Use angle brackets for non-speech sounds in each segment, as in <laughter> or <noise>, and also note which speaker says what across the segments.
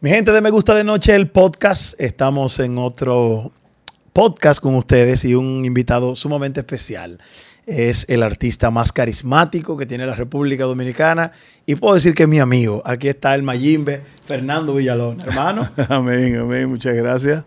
Speaker 1: Mi gente de Me Gusta de Noche, el podcast. Estamos en otro podcast con ustedes y un invitado sumamente especial. Es el artista más carismático que tiene la República Dominicana y puedo decir que es mi amigo. Aquí está el Mayimbe, Fernando Villalón. Hermano,
Speaker 2: <laughs> Amén, amén, muchas gracias.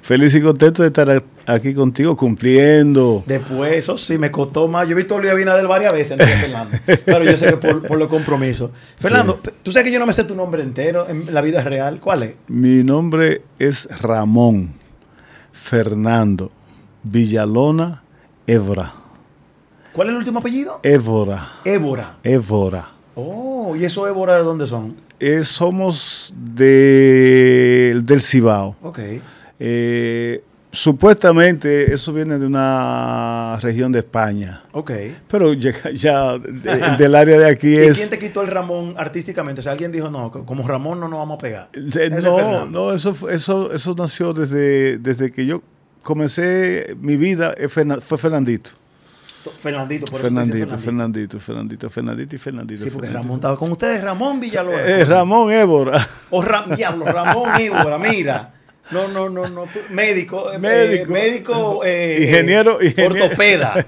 Speaker 2: Feliz y contento de estar a- aquí contigo cumpliendo.
Speaker 1: después, eso sí, me costó más. Yo he visto a Luis Abinader varias veces, antes de Fernando. Pero yo sé que por, por los compromisos. Fernando, tú sabes que yo no me sé tu nombre entero en la vida real. ¿Cuál es?
Speaker 2: Mi nombre es Ramón Fernando Villalona Évora.
Speaker 1: ¿Cuál es el último apellido?
Speaker 2: Évora,
Speaker 1: Évora.
Speaker 2: Évora.
Speaker 1: Oh, ¿y esos Évora de dónde son?
Speaker 2: Eh, somos de- del Cibao.
Speaker 1: Ok.
Speaker 2: Eh, supuestamente eso viene de una región de España.
Speaker 1: Ok.
Speaker 2: Pero ya,
Speaker 1: <laughs>
Speaker 2: ya de- del área de aquí
Speaker 1: ¿Y
Speaker 2: es...
Speaker 1: quién te quitó el Ramón artísticamente? O sea, alguien dijo, no, co- como Ramón no nos vamos a pegar.
Speaker 2: Eh,
Speaker 1: Ese es
Speaker 2: no,
Speaker 1: Fernando.
Speaker 2: no, eso, fue- eso, eso nació desde, desde que yo comencé mi vida, eh, Fernan- fue Fernandito.
Speaker 1: To- Fernandito, por eso te dicen
Speaker 2: Fernandito, Fernandito, Fernandito, Fernandito y Fernandito.
Speaker 1: Sí, porque
Speaker 2: Fernandito.
Speaker 1: Ramón estaba con ustedes, Ramón Villalobos.
Speaker 2: Eh, Ramón Évora.
Speaker 1: O Ram, diablo, Ramón Ívora, mira. No, no, no, no. tú- médico, eh,
Speaker 2: Médico.
Speaker 1: médico, eh,
Speaker 2: Ingeniero, ingeniero. <laughs>
Speaker 1: Ortopeda.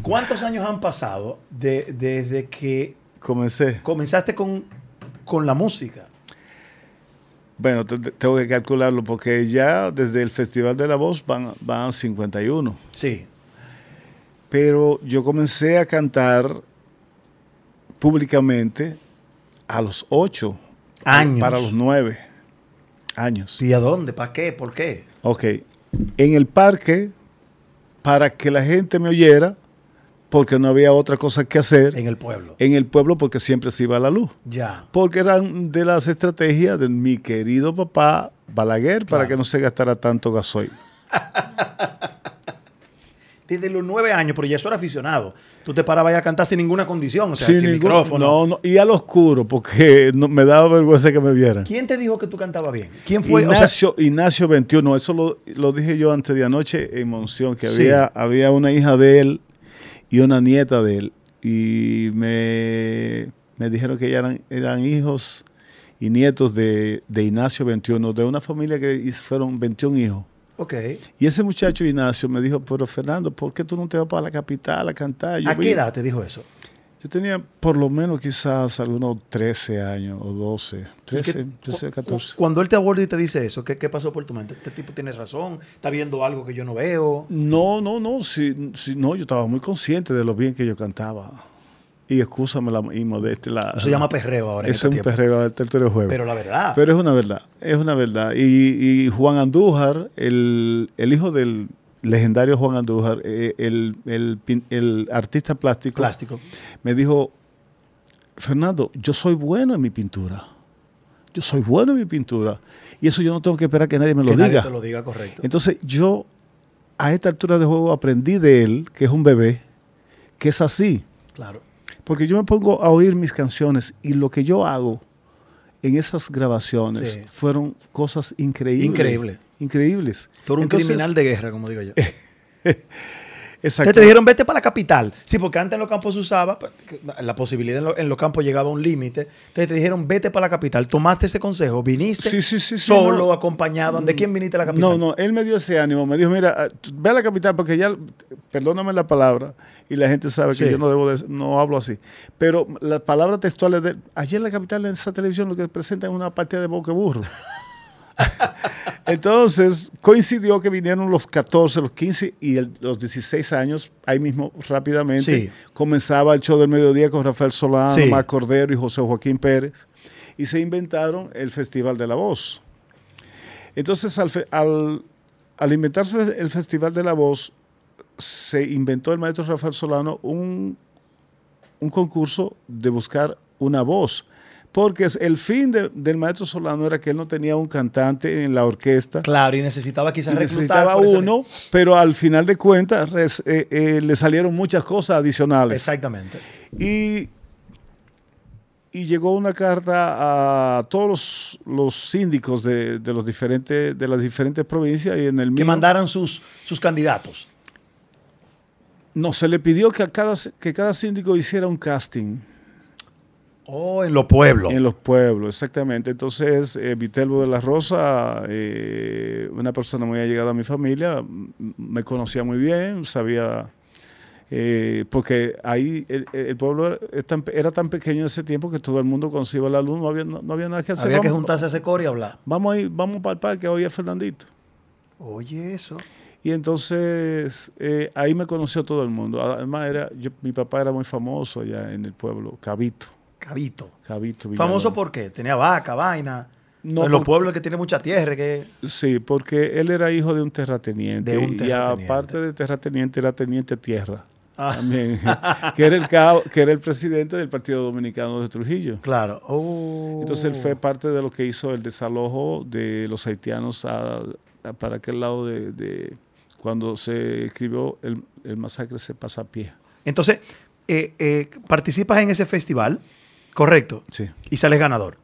Speaker 1: ¿Cuántos años han pasado de- desde que
Speaker 2: <laughs> Comencé.
Speaker 1: comenzaste con, con la música?
Speaker 2: Bueno, te- te- tengo que calcularlo porque ya desde el Festival de la Voz van, van 51.
Speaker 1: Sí.
Speaker 2: Pero yo comencé a cantar públicamente a los 8.
Speaker 1: Años.
Speaker 2: Para los 9 años.
Speaker 1: ¿Y a dónde? ¿Para qué? ¿Por qué?
Speaker 2: Ok. En el parque, para que la gente me oyera, porque no había otra cosa que hacer.
Speaker 1: En el pueblo.
Speaker 2: En el pueblo, porque siempre se iba la luz.
Speaker 1: Ya.
Speaker 2: Porque eran de las estrategias de mi querido papá Balaguer para
Speaker 1: Claro.
Speaker 2: que no se gastara tanto gasoil.
Speaker 1: Desde los nueve años, pero ya eso era aficionado. Tú te parabas ahí a cantar sin ninguna condición, o sea, sin,
Speaker 2: ningún-
Speaker 1: micrófono.
Speaker 2: No, no, y al oscuro, porque no- me daba vergüenza que me vieran.
Speaker 1: ¿Quién te dijo que tú cantabas bien? ¿Quién fue? O sea,
Speaker 2: Ignacio, Ignacio 21, eso lo, lo dije yo antes de anoche en Monción, que
Speaker 1: Sí.
Speaker 2: había, había una hija de él y una nieta de él. Y me, me dijeron que ya eran, eran hijos y nietos de, de Ignacio 21, de una familia que hiz- fueron 21 hijos.
Speaker 1: ok.
Speaker 2: Y ese muchacho Ignacio me dijo, pero Fernando, ¿por qué tú no te vas para la capital a cantar?
Speaker 1: ¿A
Speaker 2: vi-
Speaker 1: qué edad te dijo eso?
Speaker 2: Yo tenía por lo menos quizás algunos 13 años o 12,
Speaker 1: ¿Y qué-
Speaker 2: 13, 13,
Speaker 1: cu-
Speaker 2: 14.
Speaker 1: cu- Cuando él te aborda y te dice eso, ¿qué, qué pasó por tu mente? Este tipo tiene razón, está viendo algo que yo no veo.
Speaker 2: No, no, no, sí, sí, no, yo estaba muy consciente de lo bien que yo cantaba. Y excúsame la inmodestia. La,
Speaker 1: Eso se llama perreo ahora. en
Speaker 2: Eso
Speaker 1: este
Speaker 2: es un
Speaker 1: tiempo.
Speaker 2: perreo del territorio de juego.
Speaker 1: Pero
Speaker 2: Pero,
Speaker 1: la verdad,
Speaker 2: es una verdad, es una verdad. Y, y Juan Andújar, el, el hijo del legendario Juan Andújar, eh, el, el pin- el artista plástico,
Speaker 1: plástico.
Speaker 2: me dijo, Fernando, yo soy bueno en mi pintura. Yo soy bueno en mi pintura. Y eso yo no tengo que esperar que nadie me
Speaker 1: que
Speaker 2: lo
Speaker 1: nadie
Speaker 2: diga.
Speaker 1: te lo diga correcto.
Speaker 2: Entonces yo a esta altura de juego aprendí de él, que es un bebé, que es así.
Speaker 1: claro.
Speaker 2: Porque yo me pongo a oír mis canciones y lo que yo hago en esas grabaciones
Speaker 1: Sí.
Speaker 2: fueron cosas increíbles.
Speaker 1: Increíble.
Speaker 2: Increíbles.
Speaker 1: Tú eres un
Speaker 2: Entonces,
Speaker 1: criminal de guerra, como digo yo.
Speaker 2: exacto.
Speaker 1: Ustedes te dijeron, vete para la capital. Sí, porque antes en los campos se usaba, pues, que la posibilidad en, lo- en los campos llegaba a un límite. Entonces te dijeron, vete para la capital. Tomaste ese consejo, viniste
Speaker 2: Sí, sí, sí, sí,
Speaker 1: solo,
Speaker 2: no.
Speaker 1: acompañado. ¿De quién viniste a la capital?
Speaker 2: No, no, él me dio ese ánimo, me dijo, mira, ah, tú ve a la capital porque ya, perdóname la palabra, y la gente sabe que
Speaker 1: Sí.
Speaker 2: yo no debo, de- no hablo así, pero las palabras textuales de, ayer en la capital en esa televisión lo que presentan es una partida de boca burro. <laughs> Entonces, coincidió que vinieron los 14, los 15 y el- los 16 años, ahí mismo rápidamente,
Speaker 1: Sí.
Speaker 2: comenzaba el show del mediodía con Rafael Solano,
Speaker 1: Sí.
Speaker 2: Mac Cordero y José Joaquín Pérez, y se inventaron el Festival de la Voz. Entonces, al, fe- al- al inventarse el Festival de la Voz, se inventó el maestro Rafael Solano un, un concurso de buscar una voz. Porque es- el fin de- del maestro Solano era que él no tenía un cantante en la orquesta.
Speaker 1: Claro, y necesitaba quizás reclutar.
Speaker 2: necesitaba
Speaker 1: por ese-
Speaker 2: uno, pero al final de cuentas res- eh, eh, le salieron muchas cosas adicionales.
Speaker 1: Exactamente.
Speaker 2: Y, y llegó una carta a todos los, los síndicos de, de los diferentes, de las diferentes provincias y en el
Speaker 1: Que
Speaker 2: mío-
Speaker 1: mandaran sus, sus candidatos.
Speaker 2: No, se le pidió que, a cada, que cada síndico hiciera un casting.
Speaker 1: Oh, en los pueblos.
Speaker 2: En los pueblos, exactamente. Entonces, eh, Vitelbo de la Rosa, eh, una persona muy allegada a mi familia, m- me conocía muy bien, sabía, eh, porque ahí el, el pueblo es tan- era tan pequeño en ese tiempo que todo el mundo conocía la luz, no había, no, no había nada que hacer.
Speaker 1: Había que
Speaker 2: vamos,
Speaker 1: juntarse a ese coro y hablar.
Speaker 2: vamos, a ir- vamos para el parque, hoy es Fernandito.
Speaker 1: Oye, eso.
Speaker 2: Y entonces eh, ahí me conoció todo el mundo. Además, era, yo- mi papá era muy famoso allá en el pueblo, Cabito.
Speaker 1: Cabito.
Speaker 2: Cabito
Speaker 1: ¿Famoso
Speaker 2: Villalobos.
Speaker 1: por qué? Tenía vaca, vaina.
Speaker 2: No,
Speaker 1: en los
Speaker 2: por-
Speaker 1: pueblos que tiene mucha tierra, que
Speaker 2: Sí, porque él era hijo de un terrateniente.
Speaker 1: De un
Speaker 2: Y
Speaker 1: terrateniente.
Speaker 2: aparte de terrateniente, era teniente tierra.
Speaker 1: Ah. <laughs>
Speaker 2: También. que, era el, cao- que era el presidente del Partido Dominicano de Trujillo.
Speaker 1: claro. Oh.
Speaker 2: Entonces él fue parte de lo que hizo el desalojo de los haitianos a- a- para aquel lado de, de- cuando se escribió el, el masacre se pasa a pie.
Speaker 1: Entonces, eh, eh, participas en ese festival, correcto,
Speaker 2: Sí.
Speaker 1: y sales ganador.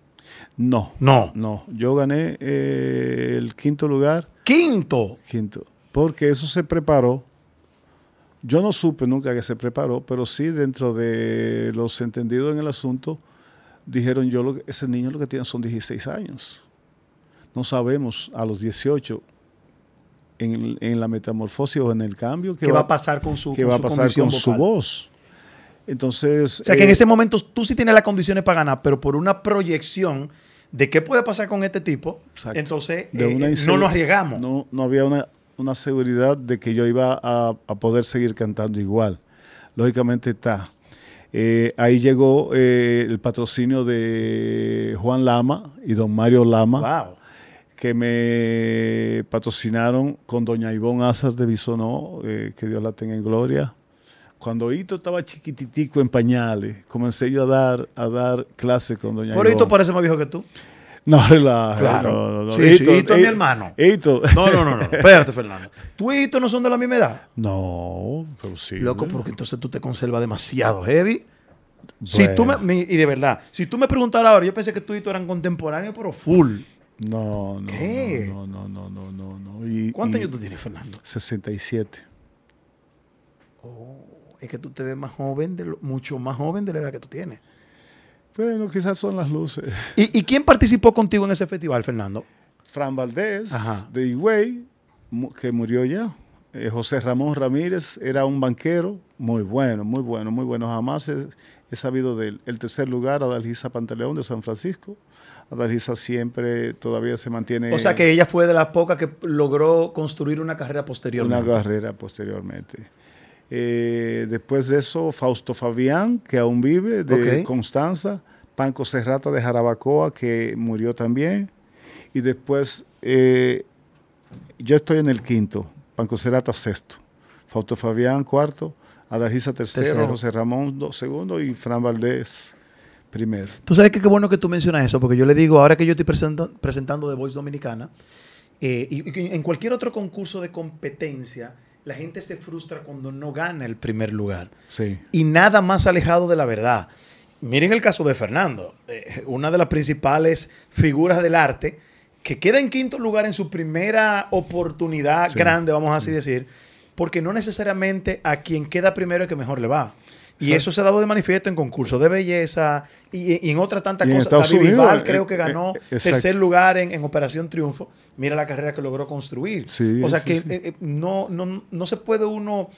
Speaker 2: No,
Speaker 1: No.
Speaker 2: no. Yo gané eh, el quinto lugar
Speaker 1: Quinto.
Speaker 2: Quinto. Porque eso se preparó. Yo no supe nunca que se preparó, pero sí dentro de los entendidos en el asunto, dijeron yo, lo que- ese niño lo que tiene son 16 años. No sabemos a los 18 en, el- en la metamorfosis o en el cambio que
Speaker 1: ¿Qué va a pasar con su
Speaker 2: qué
Speaker 1: con
Speaker 2: va a
Speaker 1: su
Speaker 2: pasar
Speaker 1: condición
Speaker 2: con su
Speaker 1: vocal?
Speaker 2: voz. Entonces...
Speaker 1: O sea que en
Speaker 2: eh,
Speaker 1: ese momento tú sí tienes las condiciones para ganar, pero por una proyección de qué puede pasar con este tipo,
Speaker 2: Exacto.
Speaker 1: entonces
Speaker 2: de
Speaker 1: eh,
Speaker 2: una
Speaker 1: no
Speaker 2: insegu-
Speaker 1: nos arriesgamos.
Speaker 2: No, no había una, una seguridad de que yo iba a, a poder seguir cantando igual. Lógicamente está. Eh, ahí llegó eh, el patrocinio de Juan Lama y don Mario Lama,
Speaker 1: Wow.
Speaker 2: que me patrocinaron con doña Ivonne Azar de Bisonó, eh, que Dios la tenga en gloria. Cuando Hito estaba chiquititico en pañales, comencé yo a dar, a dar clases con doña
Speaker 1: Por
Speaker 2: Ivonne.
Speaker 1: esto parece más viejo que tú.
Speaker 2: No, <laughs> relaja.
Speaker 1: Claro.
Speaker 2: no, no, no.
Speaker 1: Sí, sí, Hito es mi hermano.
Speaker 2: Hito.
Speaker 1: No, no, no,
Speaker 2: <laughs>
Speaker 1: no. Espérate, Fernando. Tú y Hito no son de la misma edad.
Speaker 2: No, pero sí.
Speaker 1: Loco, porque entonces tú te conservas demasiado heavy. Si
Speaker 2: Bueno.
Speaker 1: tú me, mi- y de verdad, si tú me preguntaras ahora, yo pensé que tú y tú eran contemporáneos, pero full.
Speaker 2: No, no.
Speaker 1: ¿Qué?
Speaker 2: No, no, no, no, no. no. Y-
Speaker 1: ¿Cuántos
Speaker 2: y-
Speaker 1: años tú tienes, Fernando?
Speaker 2: 67.
Speaker 1: Oh, Es que tú te ves más joven, de lo- mucho más joven de la edad que tú tienes.
Speaker 2: Bueno, quizás son las luces.
Speaker 1: ¿Y, y quién participó contigo en ese festival, Fernando?
Speaker 2: Fran Valdés,
Speaker 1: Ajá.
Speaker 2: de Higüey, mu- que murió ya. Eh, José Ramón Ramírez era un banquero muy bueno, muy bueno, muy bueno. Jamás he, he sabido de él. El tercer lugar, Adalgisa Pantaleón de San Francisco. Adalgisa siempre todavía se mantiene.
Speaker 1: O sea que ella fue de las pocas que logró construir una carrera
Speaker 2: una
Speaker 1: posteriormente.
Speaker 2: carrera posteriormente. Eh, después de eso, Fausto Fabián, que aún vive, de
Speaker 1: Ok.
Speaker 2: Constanza, Panco Serrata de Jarabacoa, que murió también, y después eh, yo estoy en el quinto, Panco Serrata sexto, Fausto Fabián cuarto, Adalgisa tercero,
Speaker 1: Tercero.
Speaker 2: José Ramón do- segundo y Fran Valdés primero.
Speaker 1: Tú sabes que qué bueno que tú mencionas eso, porque yo le digo, ahora que yo estoy presenta- presentando The Voice Dominicana, eh, y, y que en cualquier otro concurso de competencia, la gente se frustra cuando no gana el primer lugar.
Speaker 2: Sí.
Speaker 1: y nada más alejado de la verdad. Miren el caso de Fernando, eh, una de las principales figuras del arte, que queda en quinto lugar en su primera oportunidad
Speaker 2: Sí. Mm.
Speaker 1: grande, vamos a así decir, porque no necesariamente a quien queda primero es que mejor le va. Y
Speaker 2: Exacto.
Speaker 1: eso se ha dado de manifiesto en concursos de belleza y, y en otras tantas
Speaker 2: Y en
Speaker 1: cosas.
Speaker 2: Estados
Speaker 1: David
Speaker 2: Unidos,
Speaker 1: Bisbal
Speaker 2: eh,
Speaker 1: creo que
Speaker 2: eh,
Speaker 1: ganó
Speaker 2: eh, exacto.
Speaker 1: tercer lugar en, en Operación Triunfo. Mira la carrera que logró construir.
Speaker 2: Sí,
Speaker 1: o sea
Speaker 2: sí,
Speaker 1: que
Speaker 2: sí.
Speaker 1: eh, eh, no, no, no se puede uno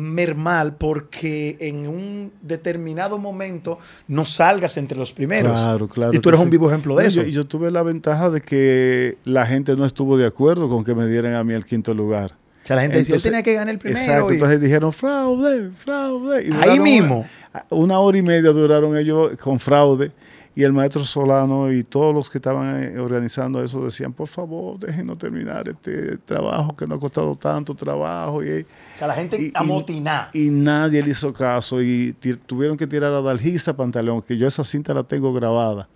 Speaker 1: mermar porque en un determinado momento no salgas entre los primeros.
Speaker 2: Claro, claro.
Speaker 1: Y tú
Speaker 2: que
Speaker 1: eres
Speaker 2: sí.
Speaker 1: un vivo ejemplo de
Speaker 2: No,
Speaker 1: eso.
Speaker 2: Yo, yo tuve la ventaja de que la gente no estuvo de acuerdo con que me dieran a mí el quinto lugar.
Speaker 1: o sea, la gente dice, yo
Speaker 2: Entonces-
Speaker 1: tenía que ganar el primero.
Speaker 2: Exacto,
Speaker 1: y-
Speaker 2: entonces dijeron fraude, fraude. y
Speaker 1: Ahí
Speaker 2: duraron una-
Speaker 1: mismo.
Speaker 2: Una, hora y media duraron ellos con fraude. Y el maestro Solano y todos los que estaban eh, organizando eso decían, por favor, déjenos terminar este trabajo que nos ha costado tanto trabajo. Y,
Speaker 1: o sea, la gente
Speaker 2: y- y-
Speaker 1: amotinada.
Speaker 2: y nadie le hizo caso y ti- tuvieron que tirar a Dalgisa Pantaleón, que yo esa cinta la tengo grabada.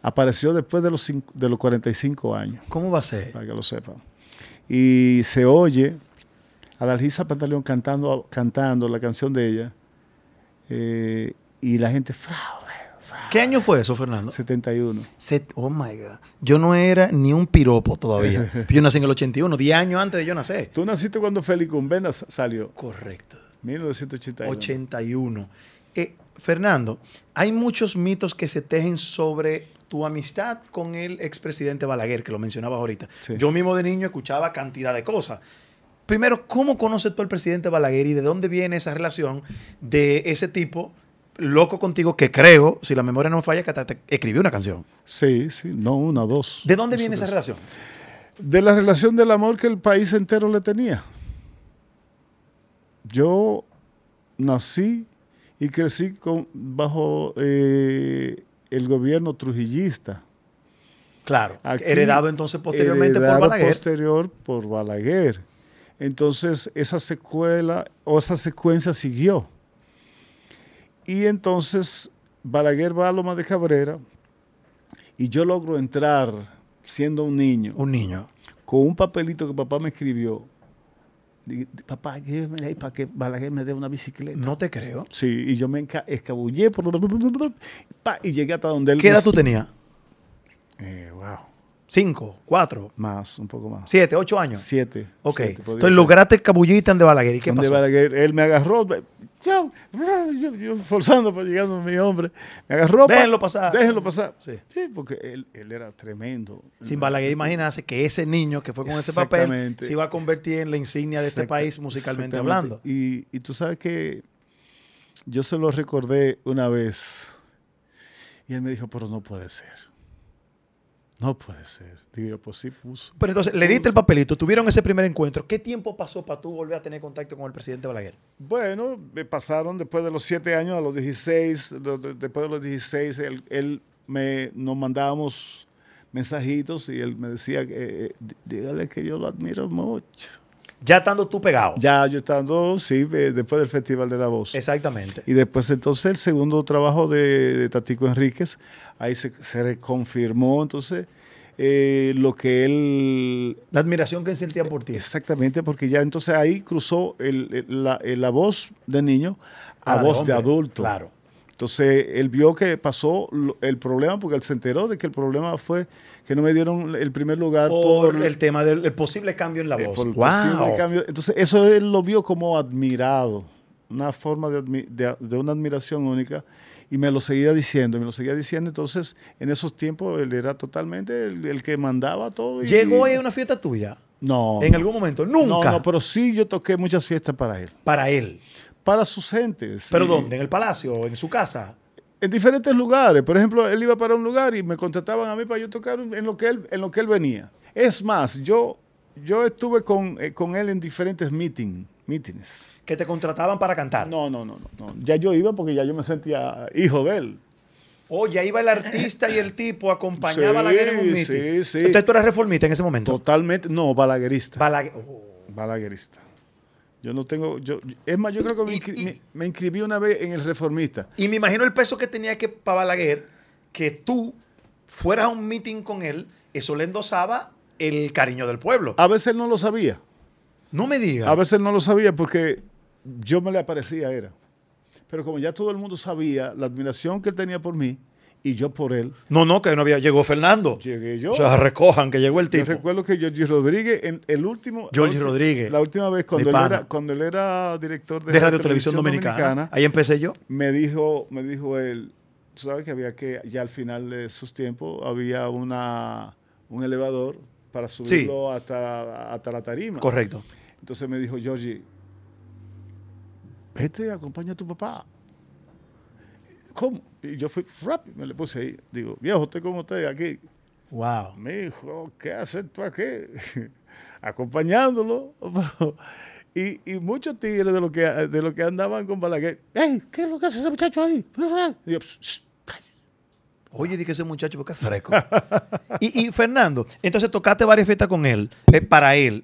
Speaker 2: Apareció después de los, cinc- de los 45 años,
Speaker 1: ¿Cómo va a ser?
Speaker 2: para que lo sepan. Y se oye a Dalgisa Pantaleón cantando, cantando la canción de ella eh, y la gente, fraude, fraude,
Speaker 1: ¿Qué año fue eso, Fernando?
Speaker 2: 71.
Speaker 1: Se- oh my God. Yo no era ni un piropo
Speaker 2: <laughs>
Speaker 1: todavía. Yo nací en el 81, 10 años antes de yo nacer.
Speaker 2: Tú naciste cuando Félix Cumbena sa- salió,
Speaker 1: Correcto.
Speaker 2: 1981.
Speaker 1: 81. eh, Fernando, hay muchos mitos que se tejen sobre tu amistad con el expresidente Balaguer, que lo mencionabas ahorita.
Speaker 2: Sí.
Speaker 1: Yo mismo de niño escuchaba cantidad de cosas. Primero, ¿cómo conoces tú al presidente Balaguer y de dónde viene esa relación de ese tipo loco contigo que creo, si la memoria no me falla, que hasta te escribió una canción?
Speaker 2: Sí, sí, no una, dos.
Speaker 1: ¿De dónde viene
Speaker 2: Dos o
Speaker 1: esa
Speaker 2: tres.
Speaker 1: relación?
Speaker 2: de la relación del amor que el país entero le tenía. Yo nací y crecí con- bajo eh, el gobierno trujillista.
Speaker 1: Claro.
Speaker 2: Aquí,
Speaker 1: heredado entonces posteriormente
Speaker 2: heredado
Speaker 1: por Balaguer.
Speaker 2: posterior por Balaguer. Entonces, esa secuela o esa secuencia siguió. Y entonces Balaguer va a Loma de Cabrera y yo logro entrar siendo un niño
Speaker 1: un niño.
Speaker 2: con un papelito que papá me escribió. Di- di- Papá, lléveme ahí para que Balaguer me dé una bicicleta.
Speaker 1: No te creo.
Speaker 2: Sí, y yo me enca- escabullé por pa, y llegué hasta donde él.
Speaker 1: ¿Qué edad tú tenías?
Speaker 2: Eh, wow.
Speaker 1: ¿Cinco, cuatro,
Speaker 2: Más, un poco más.
Speaker 1: siete, ocho años?
Speaker 2: Siete.
Speaker 1: ok.
Speaker 2: siete, podría
Speaker 1: Entonces
Speaker 2: ser.
Speaker 1: lograste escabullirte de Balaguer. ¿Y qué
Speaker 2: Donde
Speaker 1: pasó?
Speaker 2: Balaguer, él me agarró. me- Yo, yo, yo forzando para llegando a mi hombre. Me agarró. pa-
Speaker 1: Déjenlo pasar.
Speaker 2: Déjenlo pasar.
Speaker 1: Sí.
Speaker 2: Sí, porque él, él era tremendo.
Speaker 1: Sin Balaguer imaginarse que ese niño que fue con ese papel
Speaker 2: Exactamente.
Speaker 1: se iba a convertir en la insignia de este
Speaker 2: Exacta-
Speaker 1: país musicalmente
Speaker 2: exactamente.
Speaker 1: hablando.
Speaker 2: Y, y tú sabes que yo se lo recordé una vez y él me dijo, pero no puede ser. No puede ser. Digo yo, pues sí puso.
Speaker 1: Pero entonces le diste el papelito, tuvieron ese primer encuentro. ¿Qué tiempo pasó para tú volver a tener contacto con el presidente Balaguer?
Speaker 2: Bueno, me pasaron después de los siete años a los 16. de- de- después de los 16, él, él me, nos mandábamos mensajitos y él me decía, que, eh, dí- dígale que yo lo admiro mucho.
Speaker 1: Ya estando tú pegado.
Speaker 2: Ya yo estando, sí, eh, después del Festival de la Voz.
Speaker 1: Exactamente.
Speaker 2: Y después entonces el segundo trabajo de, de Tatico Enríquez, ahí se, se reconfirmó entonces eh, lo que él...
Speaker 1: La admiración que sentía por ti.
Speaker 2: Exactamente, porque ya entonces ahí cruzó el- el- la, el- la voz de niño a
Speaker 1: la
Speaker 2: voz de
Speaker 1: Ah, hombre,
Speaker 2: adulto.
Speaker 1: Claro.
Speaker 2: Entonces él vio que pasó lo- el problema, porque él se enteró de que el problema fue que no me dieron el primer lugar
Speaker 1: Por,
Speaker 2: por,
Speaker 1: el tema del el posible cambio en la
Speaker 2: eh,
Speaker 1: voz.
Speaker 2: por el
Speaker 1: Guau.
Speaker 2: posible cambio. Entonces, eso él lo vio como admirado, una forma de, admi- de- de una admiración única, y me lo seguía diciendo, me lo seguía diciendo. Entonces, en esos tiempos, él era totalmente el, el que mandaba todo. y-
Speaker 1: Llegó ahí a una fiesta tuya.
Speaker 2: No.
Speaker 1: En
Speaker 2: no.
Speaker 1: algún momento.
Speaker 2: No,
Speaker 1: Nunca.
Speaker 2: no, pero sí yo toqué muchas fiestas para él,
Speaker 1: Para él.
Speaker 2: para sus gentes.
Speaker 1: ¿Pero
Speaker 2: y-
Speaker 1: dónde? ¿En el palacio? ¿En su casa?
Speaker 2: En diferentes lugares. Por ejemplo, él iba para un lugar y me contrataban a mí para yo tocar en lo que él, en lo que él venía. Es más, yo, yo estuve con, eh, con él en diferentes meeting, meetings.
Speaker 1: Que te contrataban para cantar.
Speaker 2: No, no, no, no, no. Ya yo iba porque ya yo me sentía hijo de él.
Speaker 1: Oye, ahí iba el artista y el tipo acompañaba a la
Speaker 2: Sí,
Speaker 1: guerra en un
Speaker 2: sí,
Speaker 1: mitin.
Speaker 2: sí.
Speaker 1: Entonces tú eras reformista en ese momento.
Speaker 2: Totalmente, no, balaguerista.
Speaker 1: Balaguer- oh.
Speaker 2: balaguerista. Yo no tengo, yo, es más, yo creo que me,
Speaker 1: Y-
Speaker 2: inscri-
Speaker 1: y-
Speaker 2: me- me inscribí una vez en el reformista.
Speaker 1: Y me imagino el peso que tenía que para Balaguer que tú fueras a un mitin con él, eso le endosaba el cariño del pueblo.
Speaker 2: A veces él no lo sabía,
Speaker 1: No me digas.
Speaker 2: Ah, a veces él no lo sabía porque yo me le aparecía, era. Pero como ya todo el mundo sabía la admiración que él tenía por mí y yo por él,
Speaker 1: No, no, que no había. Llegó Fernando.
Speaker 2: llegué yo.
Speaker 1: O sea, recojan, que llegó el
Speaker 2: Yo
Speaker 1: tipo.
Speaker 2: recuerdo que Georgie Rodríguez, en el último. la
Speaker 1: Georgie
Speaker 2: ulti-
Speaker 1: Rodríguez,
Speaker 2: La última vez cuando
Speaker 1: mi
Speaker 2: él,
Speaker 1: pana.
Speaker 2: era, cuando él era director de,
Speaker 1: De Radio Televisión Dominicana. Ahí empecé yo.
Speaker 2: me dijo, me dijo él, tú sabes que había que, ya al final de sus tiempos, había una, un elevador para subirlo hasta, hasta la tarima.
Speaker 1: Correcto.
Speaker 2: Entonces me dijo, Georgie, vete, acompaña a tu papá. ¿Cómo? Y yo fui, frap, me le puse ahí. Digo, viejo, estoy como usted aquí.
Speaker 1: Wow.
Speaker 2: Mi hijo, ¿qué haces tú aquí? <laughs> Acompañándolo. <laughs> pero- y, y muchos tigres de lo, que, de lo que andaban con Balaguer. ¡Ey! ¿Qué es lo que hace ese muchacho ahí? Pues, Y yo, "Psh, psh, cállate".
Speaker 1: Oye, di que ese muchacho porque es fresco. <laughs> y, y, Fernando, entonces tocaste varias fiestas con él, eh, para él.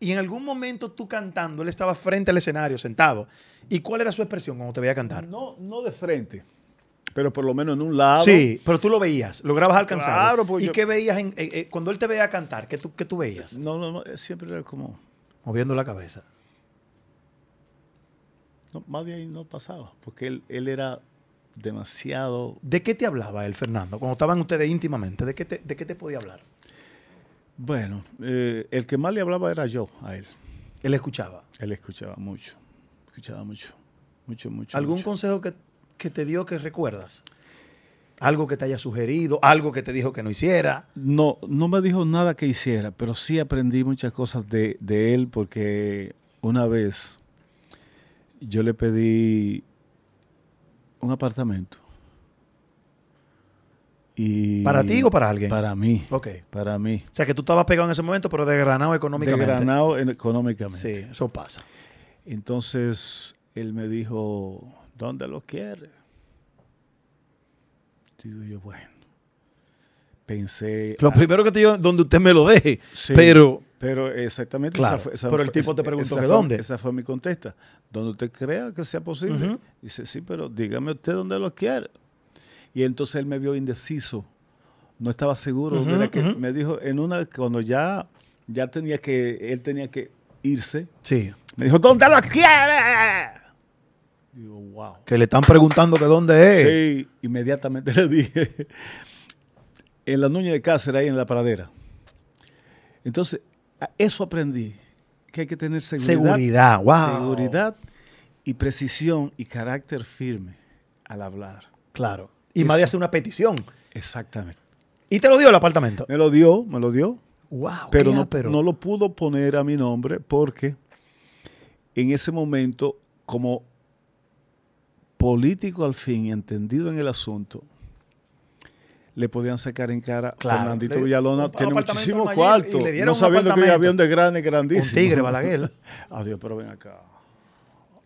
Speaker 1: Y en algún momento tú cantando, él estaba frente al escenario, sentado. ¿Y cuál era su expresión cuando te veía cantar?
Speaker 2: no, no de frente, pero por lo menos en un lado.
Speaker 1: Sí, pero tú lo veías, lograbas alcanzarlo.
Speaker 2: Claro, porque
Speaker 1: ¿Y
Speaker 2: yo-
Speaker 1: qué veías en- eh, eh, cuando él te veía cantar? ¿Qué tú, qué tú veías?
Speaker 2: No, no, no, siempre era como,
Speaker 1: Moviendo la cabeza.
Speaker 2: no, más de ahí no pasaba, porque él, él era demasiado
Speaker 1: ¿De qué te hablaba él, Fernando? Cuando estaban ustedes íntimamente, ¿de qué te, de qué te podía hablar?
Speaker 2: Bueno, eh, el que más le hablaba era yo a él.
Speaker 1: Él escuchaba.
Speaker 2: Él escuchaba mucho, escuchaba mucho, mucho, mucho.
Speaker 1: ¿Algún
Speaker 2: mucho.
Speaker 1: consejo que que te dio que recuerdas? Algo que te haya sugerido, algo que te dijo que no hiciera.
Speaker 2: No, no me dijo nada que hiciera, pero sí aprendí muchas cosas de, de él porque una vez yo le pedí un apartamento. Y
Speaker 1: ¿Para ti o para alguien?
Speaker 2: Para mí.
Speaker 1: Ok.
Speaker 2: Para mí.
Speaker 1: O sea, que tú estabas pegado en ese momento, pero desgranado económicamente.
Speaker 2: Desgranado en- económicamente.
Speaker 1: Sí, eso pasa.
Speaker 2: Entonces él me dijo, ¿dónde lo quiere? Digo yo, bueno. Pensé.
Speaker 1: Lo
Speaker 2: ah,
Speaker 1: primero que te digo, donde usted me lo deje.
Speaker 2: sí,
Speaker 1: Pero,
Speaker 2: Pero exactamente.
Speaker 1: Claro, pero el tipo te preguntó
Speaker 2: esa
Speaker 1: que
Speaker 2: fue-
Speaker 1: dónde.
Speaker 2: Esa fue mi contesta. Donde usted crea que sea posible.
Speaker 1: Ujú.
Speaker 2: Dice, sí, pero dígame usted dónde lo quiere. Y entonces él me vio indeciso. No estaba seguro.
Speaker 1: Ujú,
Speaker 2: Mira que
Speaker 1: ujú.
Speaker 2: Me dijo, en una, cuando ya, ya tenía que, él tenía que irse.
Speaker 1: sí,
Speaker 2: Me dijo, ¿dónde lo quiere? Digo, wow.
Speaker 1: que le están preguntando que dónde es.
Speaker 2: Sí, inmediatamente <laughs> le dije, en la Nuña de Cáceres, ahí en la pradera. Entonces, a- eso aprendí, que hay que tener seguridad.
Speaker 1: Seguridad, wow.
Speaker 2: Seguridad y precisión y carácter firme al hablar.
Speaker 1: Claro. Y más de
Speaker 2: Eso.
Speaker 1: hacer una petición.
Speaker 2: Exactamente.
Speaker 1: Y te lo dio el apartamento.
Speaker 2: Me lo dio, me lo dio,
Speaker 1: Wow.
Speaker 2: pero,
Speaker 1: qué
Speaker 2: no,
Speaker 1: ápero.
Speaker 2: no lo pudo poner a mi nombre porque en ese momento, como político al fin, y entendido en el asunto, le podían sacar en cara
Speaker 1: Claro.
Speaker 2: Fernandito
Speaker 1: Le-
Speaker 2: Villalona,
Speaker 1: un
Speaker 2: tiene
Speaker 1: apartamento
Speaker 2: muchísimo
Speaker 1: en Miami
Speaker 2: cuarto,
Speaker 1: y le dieron
Speaker 2: no
Speaker 1: un
Speaker 2: sabiendo que
Speaker 1: apartamento.
Speaker 2: había un de grande
Speaker 1: Un
Speaker 2: grandísimo.
Speaker 1: tigre, Balaguer.
Speaker 2: <laughs> Adiós, pero ven acá.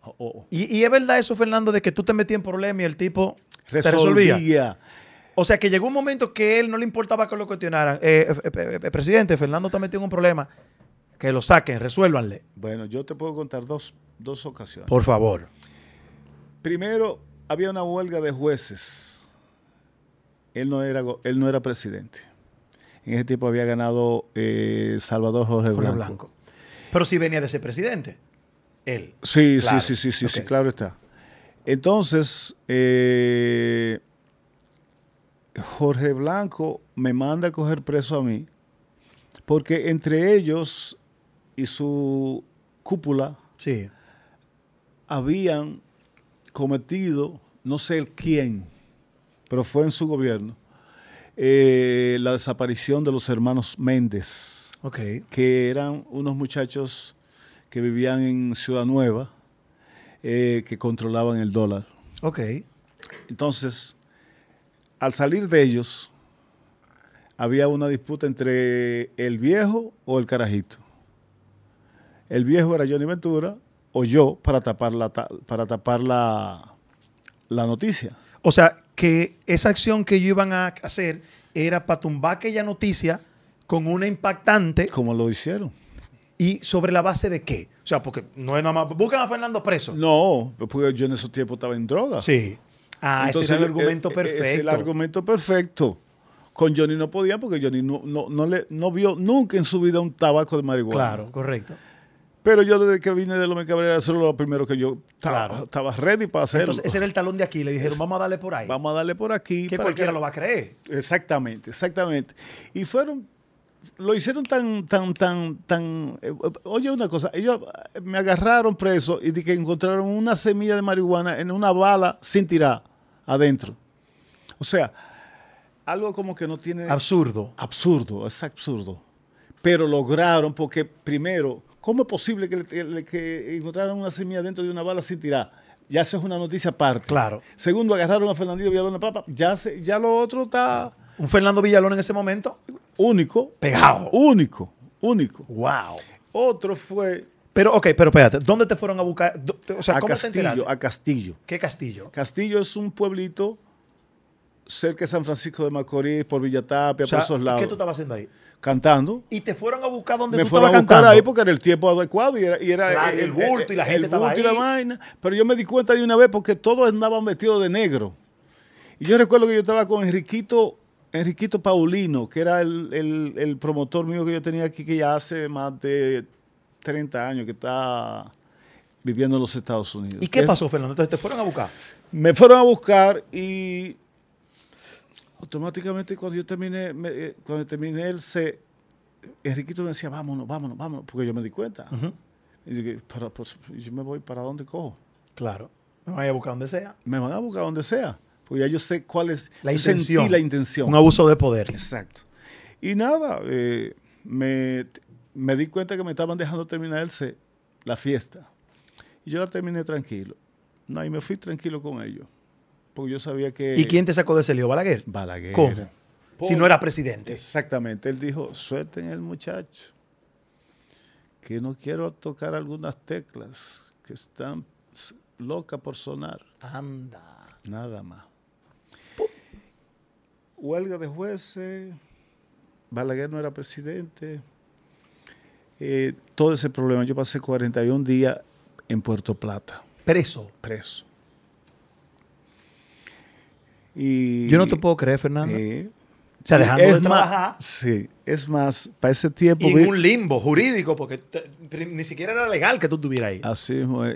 Speaker 2: Oh, oh.
Speaker 1: Y, y es verdad eso, Fernando, de que tú te metías en problemas y el tipo te resolvía.
Speaker 2: Resolvía.
Speaker 1: O sea, que llegó un momento que él no le importaba que lo cuestionaran. Eh, eh, eh, eh, presidente, Fernando está metido en un problema. Que lo saquen, resuélvanle.
Speaker 2: Bueno, yo te puedo contar dos, dos ocasiones.
Speaker 1: Por favor.
Speaker 2: Primero, había una huelga de jueces. Él no era, go- él no era presidente. En ese tiempo había ganado eh, Salvador Jorge,
Speaker 1: Jorge
Speaker 2: Blanco.
Speaker 1: Blanco. Pero si venía de ser presidente. Él.
Speaker 2: Sí,
Speaker 1: Claro.
Speaker 2: sí, sí, sí, sí, sí,
Speaker 1: Ok.
Speaker 2: claro está. Entonces, eh, Jorge Blanco me manda a coger preso a mí, porque entre ellos y su cúpula
Speaker 1: Sí.
Speaker 2: habían cometido, no sé el quién, pero fue en su gobierno, eh, la desaparición de los hermanos Méndez,
Speaker 1: Ok.
Speaker 2: que eran unos muchachos que vivían en Ciudad Nueva, eh, que controlaban el dólar.
Speaker 1: Ok.
Speaker 2: Entonces, al salir de ellos, había una disputa entre el viejo o el carajito. El viejo era Johnny Ventura o yo para tapar la, ta- para tapar la, la noticia.
Speaker 1: O sea, que esa acción que ellos iban a hacer era para tumbar aquella noticia con una impactante
Speaker 2: Como lo hicieron.
Speaker 1: y sobre la base de qué. O sea, porque no es nada más. Buscan a Fernando preso.
Speaker 2: No, porque yo en esos tiempos estaba en droga.
Speaker 1: Sí. Ah,
Speaker 2: Entonces,
Speaker 1: ese era el
Speaker 2: eh,
Speaker 1: argumento
Speaker 2: eh,
Speaker 1: perfecto.
Speaker 2: Es el argumento perfecto. Con Johnny no podía porque Johnny no, no, no le, no vio nunca en su vida un tabaco de marihuana.
Speaker 1: Claro, correcto.
Speaker 2: Pero yo desde que vine de López Cabrera, eso era lo primero que yo estaba,
Speaker 1: Claro.
Speaker 2: estaba ready para hacerlo.
Speaker 1: Entonces, ese era el talón de aquí. Le dijeron, vamos a darle por ahí.
Speaker 2: Vamos a darle por aquí.
Speaker 1: que
Speaker 2: para
Speaker 1: cualquiera
Speaker 2: que-
Speaker 1: lo va a creer.
Speaker 2: Exactamente, exactamente. Y fueron, lo hicieron tan, tan, tan, tan... eh, oye, una cosa, ellos eh, me agarraron preso y de que encontraron una semilla de marihuana en una bala sin tirar adentro. O sea, algo como que no tiene...
Speaker 1: Absurdo.
Speaker 2: Absurdo, es absurdo. Pero lograron porque, primero, ¿cómo es posible que, le- le- que encontraran una semilla dentro de una bala sin tirar? Ya eso es una noticia aparte.
Speaker 1: Claro.
Speaker 2: Segundo, agarraron a Fernandito Villalona Papa. Ya, se- ya lo otro está
Speaker 1: Un Fernando Villalón en ese momento.
Speaker 2: único.
Speaker 1: Pegado.
Speaker 2: Único, único.
Speaker 1: Wow.
Speaker 2: Otro fue
Speaker 1: Pero, ok, pero espérate. ¿Dónde te fueron a buscar? Do- te- O sea,
Speaker 2: a
Speaker 1: ¿cómo te
Speaker 2: Castillo,
Speaker 1: enteraste?
Speaker 2: a Castillo.
Speaker 1: ¿Qué castillo?
Speaker 2: Castillo es un pueblito cerca de San Francisco de Macorís, por Villatapia,
Speaker 1: O sea,
Speaker 2: por esos lados.
Speaker 1: ¿Qué tú estabas haciendo ahí?
Speaker 2: Cantando.
Speaker 1: Y te fueron a buscar donde
Speaker 2: me
Speaker 1: tú
Speaker 2: fueron a
Speaker 1: estabas
Speaker 2: buscar
Speaker 1: cantando.
Speaker 2: ahí porque era el tiempo adecuado y era, y era
Speaker 1: Claro, y el bulto y la gente
Speaker 2: el bulto
Speaker 1: estaba
Speaker 2: y la
Speaker 1: ahí.
Speaker 2: vaina. Pero yo me di cuenta de una vez porque todos andaban vestidos de negro. Y yo recuerdo que yo estaba con Enriquito, Enriquito Paulino, que era el, el- el promotor mío que yo tenía aquí, que ya hace más de 30 años que está viviendo en los Estados Unidos.
Speaker 1: ¿Y qué
Speaker 2: Es-
Speaker 1: pasó, Fernando? Entonces te fueron a buscar.
Speaker 2: me fueron a buscar y automáticamente cuando yo terminé, me- eh, cuando terminé el C, Enriquito me decía, vámonos, vámonos, vámonos, porque yo me di cuenta. Y dije, "Para, pues, yo me voy, ¿para dónde cojo?
Speaker 1: Claro. Me van a buscar donde sea.
Speaker 2: Me van a buscar donde sea. Porque ya yo sé cuál es.
Speaker 1: La
Speaker 2: yo
Speaker 1: intención.
Speaker 2: sentí la intención.
Speaker 1: Un abuso de poder.
Speaker 2: Exacto. Y nada, eh, me, me di cuenta que me estaban dejando terminar el set, la fiesta. Y yo la terminé tranquilo. No, y me fui tranquilo con ellos. Porque yo sabía que.
Speaker 1: ¿Y quién te sacó de ese lío? ¿Balaguer?
Speaker 2: Balaguer.
Speaker 1: ¿Cómo? Si
Speaker 2: Por-
Speaker 1: no era presidente.
Speaker 2: Exactamente. Él dijo: suelten el muchacho. Que no quiero tocar algunas teclas que están s- locas por sonar.
Speaker 1: Anda.
Speaker 2: Nada más. Huelga de jueces, Balaguer no era presidente. eh, todo ese problema. Yo pasé 41 días en Puerto Plata,
Speaker 1: Preso.
Speaker 2: preso. Y,
Speaker 1: Yo no te puedo creer, Fernando.
Speaker 2: eh,
Speaker 1: o sea, dejando
Speaker 2: es
Speaker 1: de
Speaker 2: más-
Speaker 1: trabajar.
Speaker 2: Sí, es más, para ese tiempo.
Speaker 1: Y
Speaker 2: vi-
Speaker 1: en un limbo jurídico, porque te- pri- ni siquiera era legal que tú estuvieras ahí.
Speaker 2: Así mismo es.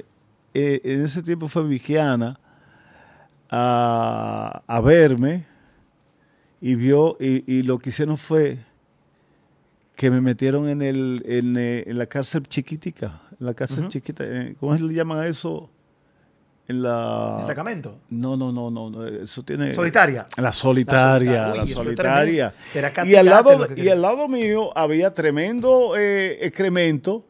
Speaker 2: Eh, en ese tiempo fue Vigiana a, a verme y vio y, y lo que hicieron fue que me metieron en el en, eh, en la cárcel chiquitica, en la cárcel
Speaker 1: Ujú.
Speaker 2: chiquita, eh, ¿cómo es que le llaman a eso? En la
Speaker 1: Destacamento.
Speaker 2: no, no, no, no, no, eso tiene
Speaker 1: Solitaria.
Speaker 2: la solitaria,
Speaker 1: Uy,
Speaker 2: la
Speaker 1: eso es
Speaker 2: solitaria.
Speaker 1: tremendo. Será
Speaker 2: Y al,
Speaker 1: Katy Katy
Speaker 2: lado,
Speaker 1: lo que
Speaker 2: y al lado mío había tremendo eh, excremento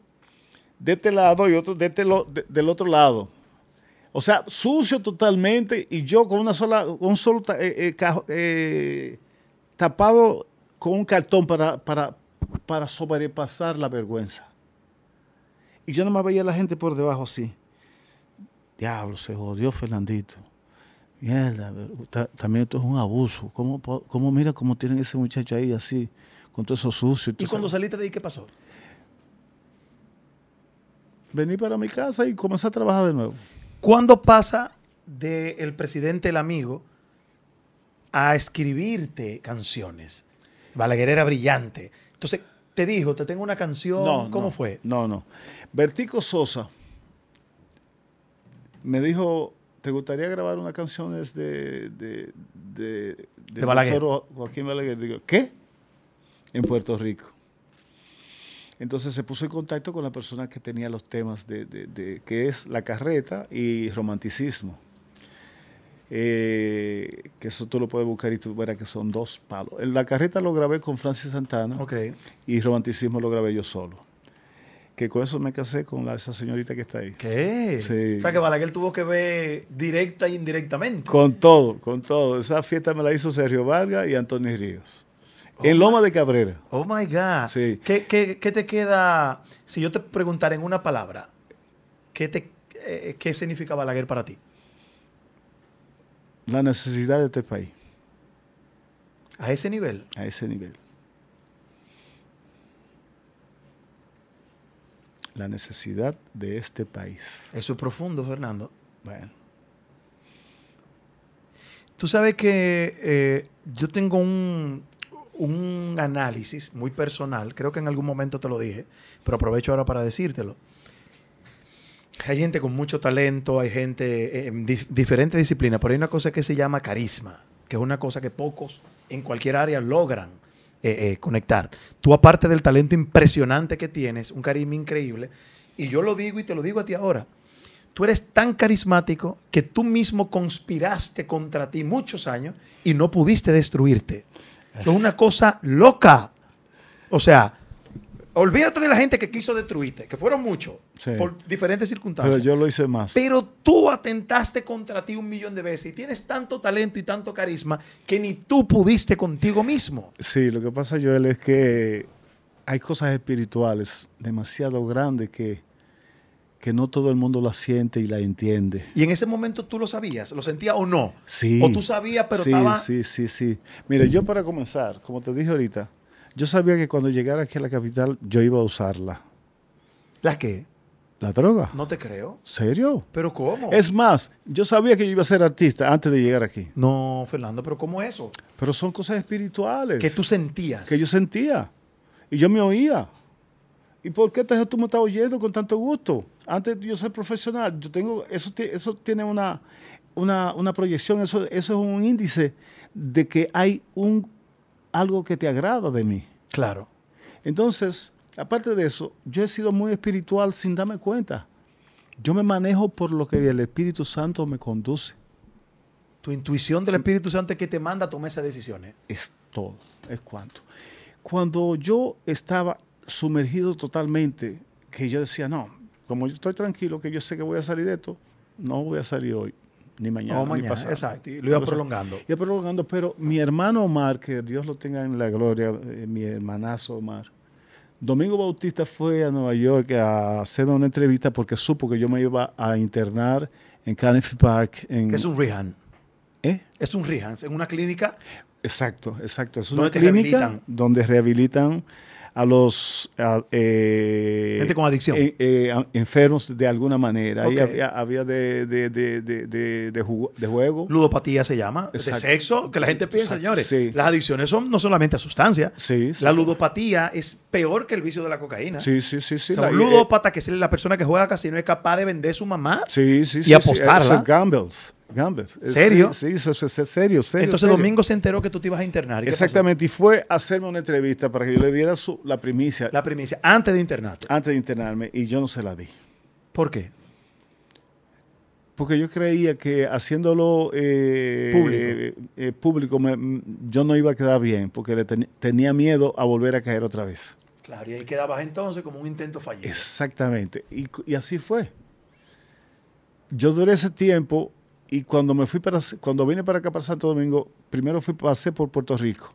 Speaker 2: de este lado y otro de este lo- de- del otro lado. O sea, sucio totalmente y yo con una sola, con un solo ta- eh, eh, cajo- eh, tapado con un cartón para, para, para sobrepasar la vergüenza. Y yo nomás veía a la gente por debajo así. Diablo, se jodió Fernandito. Mierda, ta- también esto es un abuso. ¿Cómo, po- cómo mira cómo tienen ese muchacho ahí así, con todo eso sucio?
Speaker 1: ¿Y
Speaker 2: todo
Speaker 1: cuando
Speaker 2: eso?
Speaker 1: saliste de ahí qué pasó?
Speaker 2: Vení para mi casa y comencé a trabajar de nuevo.
Speaker 1: ¿Cuándo pasa del presidente el amigo a escribirte canciones? Balaguer era brillante. Entonces, te dijo, te tengo una canción. ¿Cómo
Speaker 2: no,
Speaker 1: fue?
Speaker 2: No, no. Vertico Sosa me dijo, ¿te gustaría grabar unas canciones de, de, de, del
Speaker 1: Balaguer.
Speaker 2: doctor Jo- Joaquín Balaguer? Digo, ¿qué? En Puerto Rico. Entonces se puso en contacto con la persona que tenía los temas de, de- de- que es la carreta y romanticismo. Eh, que eso tú lo puedes buscar y tú verás que son dos palos. La carreta lo grabé con Francis Santana
Speaker 1: Ok.
Speaker 2: y romanticismo lo grabé yo solo. Que con eso me casé con la, esa señorita que está ahí.
Speaker 1: ¿Qué?
Speaker 2: Sí.
Speaker 1: O sea, que Balaguer tuvo que ver directa e indirectamente.
Speaker 2: Con todo, con todo. Esa fiesta me la hizo Sergio Vargas y Antonio Ríos. En Loma de Cabrera.
Speaker 1: Oh my God.
Speaker 2: Sí.
Speaker 1: ¿Qué, qué, qué te queda? Si yo te preguntara en una palabra, ¿qué, te, eh, ¿qué significa Balaguer para ti?
Speaker 2: La necesidad de este país,
Speaker 1: A ese nivel.
Speaker 2: a ese nivel. La necesidad de este país.
Speaker 1: Eso es profundo, Fernando.
Speaker 2: Bueno,
Speaker 1: Tú sabes que eh, yo tengo un, un análisis muy personal, creo que en algún momento te lo dije, pero aprovecho ahora para decírtelo. Hay gente con mucho talento, hay gente eh, en dif- diferentes disciplinas, pero hay una cosa que se llama carisma, que es una cosa que pocos en cualquier área logran eh, eh, conectar. Tú aparte del talento impresionante que tienes, un carisma increíble, y yo lo digo y te lo digo a ti ahora, tú eres tan carismático que tú mismo conspiraste contra ti muchos años y no pudiste destruirte. Eso es una cosa loca. O sea, olvídate de la gente que quiso destruirte, que fueron muchos,
Speaker 2: Sí.
Speaker 1: por diferentes
Speaker 2: pero
Speaker 1: circunstancias.
Speaker 2: yo lo hice más.
Speaker 1: Pero tú atentaste contra ti un millón de veces y tienes tanto talento y tanto carisma que ni tú pudiste contigo mismo.
Speaker 2: Sí, lo que pasa, Joel, es que hay cosas espirituales demasiado grandes que, que no todo el mundo las siente y la entiende.
Speaker 1: Y en ese momento tú lo sabías, lo sentías o no.
Speaker 2: Sí.
Speaker 1: O tú sabías, pero
Speaker 2: sí,
Speaker 1: estaba...
Speaker 2: sí, sí, sí. Mira, yo para comenzar, como te dije ahorita, yo sabía que cuando llegara aquí a la capital yo iba a usarla.
Speaker 1: ¿La qué?
Speaker 2: ¿La droga?
Speaker 1: No te creo.
Speaker 2: ¿Serio?
Speaker 1: ¿Pero cómo?
Speaker 2: Es más, yo sabía que yo iba a ser artista antes de llegar aquí.
Speaker 1: No, Fernando, pero ¿cómo eso?
Speaker 2: Pero son cosas espirituales.
Speaker 1: Que tú sentías.
Speaker 2: que yo sentía y yo me oía. ¿Y por qué entonces tú me estás oyendo con tanto gusto? Antes yo soy profesional, yo tengo, eso, ti- eso tiene una, una, una proyección, eso, eso es un índice de que hay un, algo que te agrada de mí.
Speaker 1: Claro.
Speaker 2: Entonces, aparte de eso, yo he sido muy espiritual sin darme cuenta. Yo me manejo por lo que el Espíritu Santo me conduce.
Speaker 1: Tu intuición del Espíritu Santo es que te manda a tomar ¿eh? esas decisiones.
Speaker 2: Es todo, es cuanto. Cuando yo estaba sumergido totalmente, que yo decía, no, como yo estoy tranquilo, que yo sé que voy a salir de esto, no voy a salir hoy, ni mañana,
Speaker 1: No,
Speaker 2: ni
Speaker 1: mañana,
Speaker 2: pasado.
Speaker 1: exacto. Y lo iba
Speaker 2: Pero,
Speaker 1: prolongando.
Speaker 2: Ya prolongando, pero mi hermano Omar, que Dios lo tenga en la gloria, eh, mi hermanazo Omar. Domingo Bautista fue a Nueva York a hacerme una entrevista porque supo que yo me iba a internar en Carnegie Park. En,
Speaker 1: Que es un Rihan.
Speaker 2: ¿Eh?
Speaker 1: Es un Rihan, en una clínica.
Speaker 2: Exacto, exacto. Es
Speaker 1: ¿Dónde
Speaker 2: una
Speaker 1: te
Speaker 2: clínica
Speaker 1: rehabilitan?
Speaker 2: donde rehabilitan a los a, eh,
Speaker 1: Gente con adicción.
Speaker 2: eh, eh, a- enfermos de alguna manera. Ahí
Speaker 1: Ok.
Speaker 2: había, había de, de, de, de, de, de jugo- de juego.
Speaker 1: Ludopatía se llama.
Speaker 2: Exacto.
Speaker 1: De sexo, que la gente piensa,
Speaker 2: Exacto,
Speaker 1: señores.
Speaker 2: sí.
Speaker 1: Las adicciones son no solamente a sustancias.
Speaker 2: Sí, sí.
Speaker 1: La ludopatía es peor que el vicio de la cocaína.
Speaker 2: Sí, sí, sí, sí.
Speaker 1: O sea,
Speaker 2: la- eh,
Speaker 1: un ludópata, que es la persona que juega casino, es capaz de vender su mamá.
Speaker 2: Sí, sí,
Speaker 1: Y
Speaker 2: sí.
Speaker 1: apostarla.
Speaker 2: Sí, eso es gambles. Gambles. Eh,
Speaker 1: ¿Serio?
Speaker 2: Sí, sí, eso es eso es serio, serio.
Speaker 1: Entonces
Speaker 2: serio.
Speaker 1: Domingo se enteró que tú te ibas a internar. ¿Y qué pasó?
Speaker 2: Exactamente, y fue a hacerme una entrevista para que yo le diera su- la primicia
Speaker 1: La primicia, antes de internarte.
Speaker 2: antes de internarme y yo no se la di.
Speaker 1: ¿Por qué?
Speaker 2: Porque yo creía que haciéndolo eh,
Speaker 1: Público.
Speaker 2: eh, eh, público me- m- yo no iba a quedar bien, porque le ten- tenía miedo a volver a caer otra vez.
Speaker 1: Claro, y ahí quedabas entonces como un intento fallido.
Speaker 2: Exactamente. Y, cu- y así fue. Yo duré ese tiempo y cuando me fui para cuando vine para acá para Santo Domingo, primero fui pasé por Puerto Rico.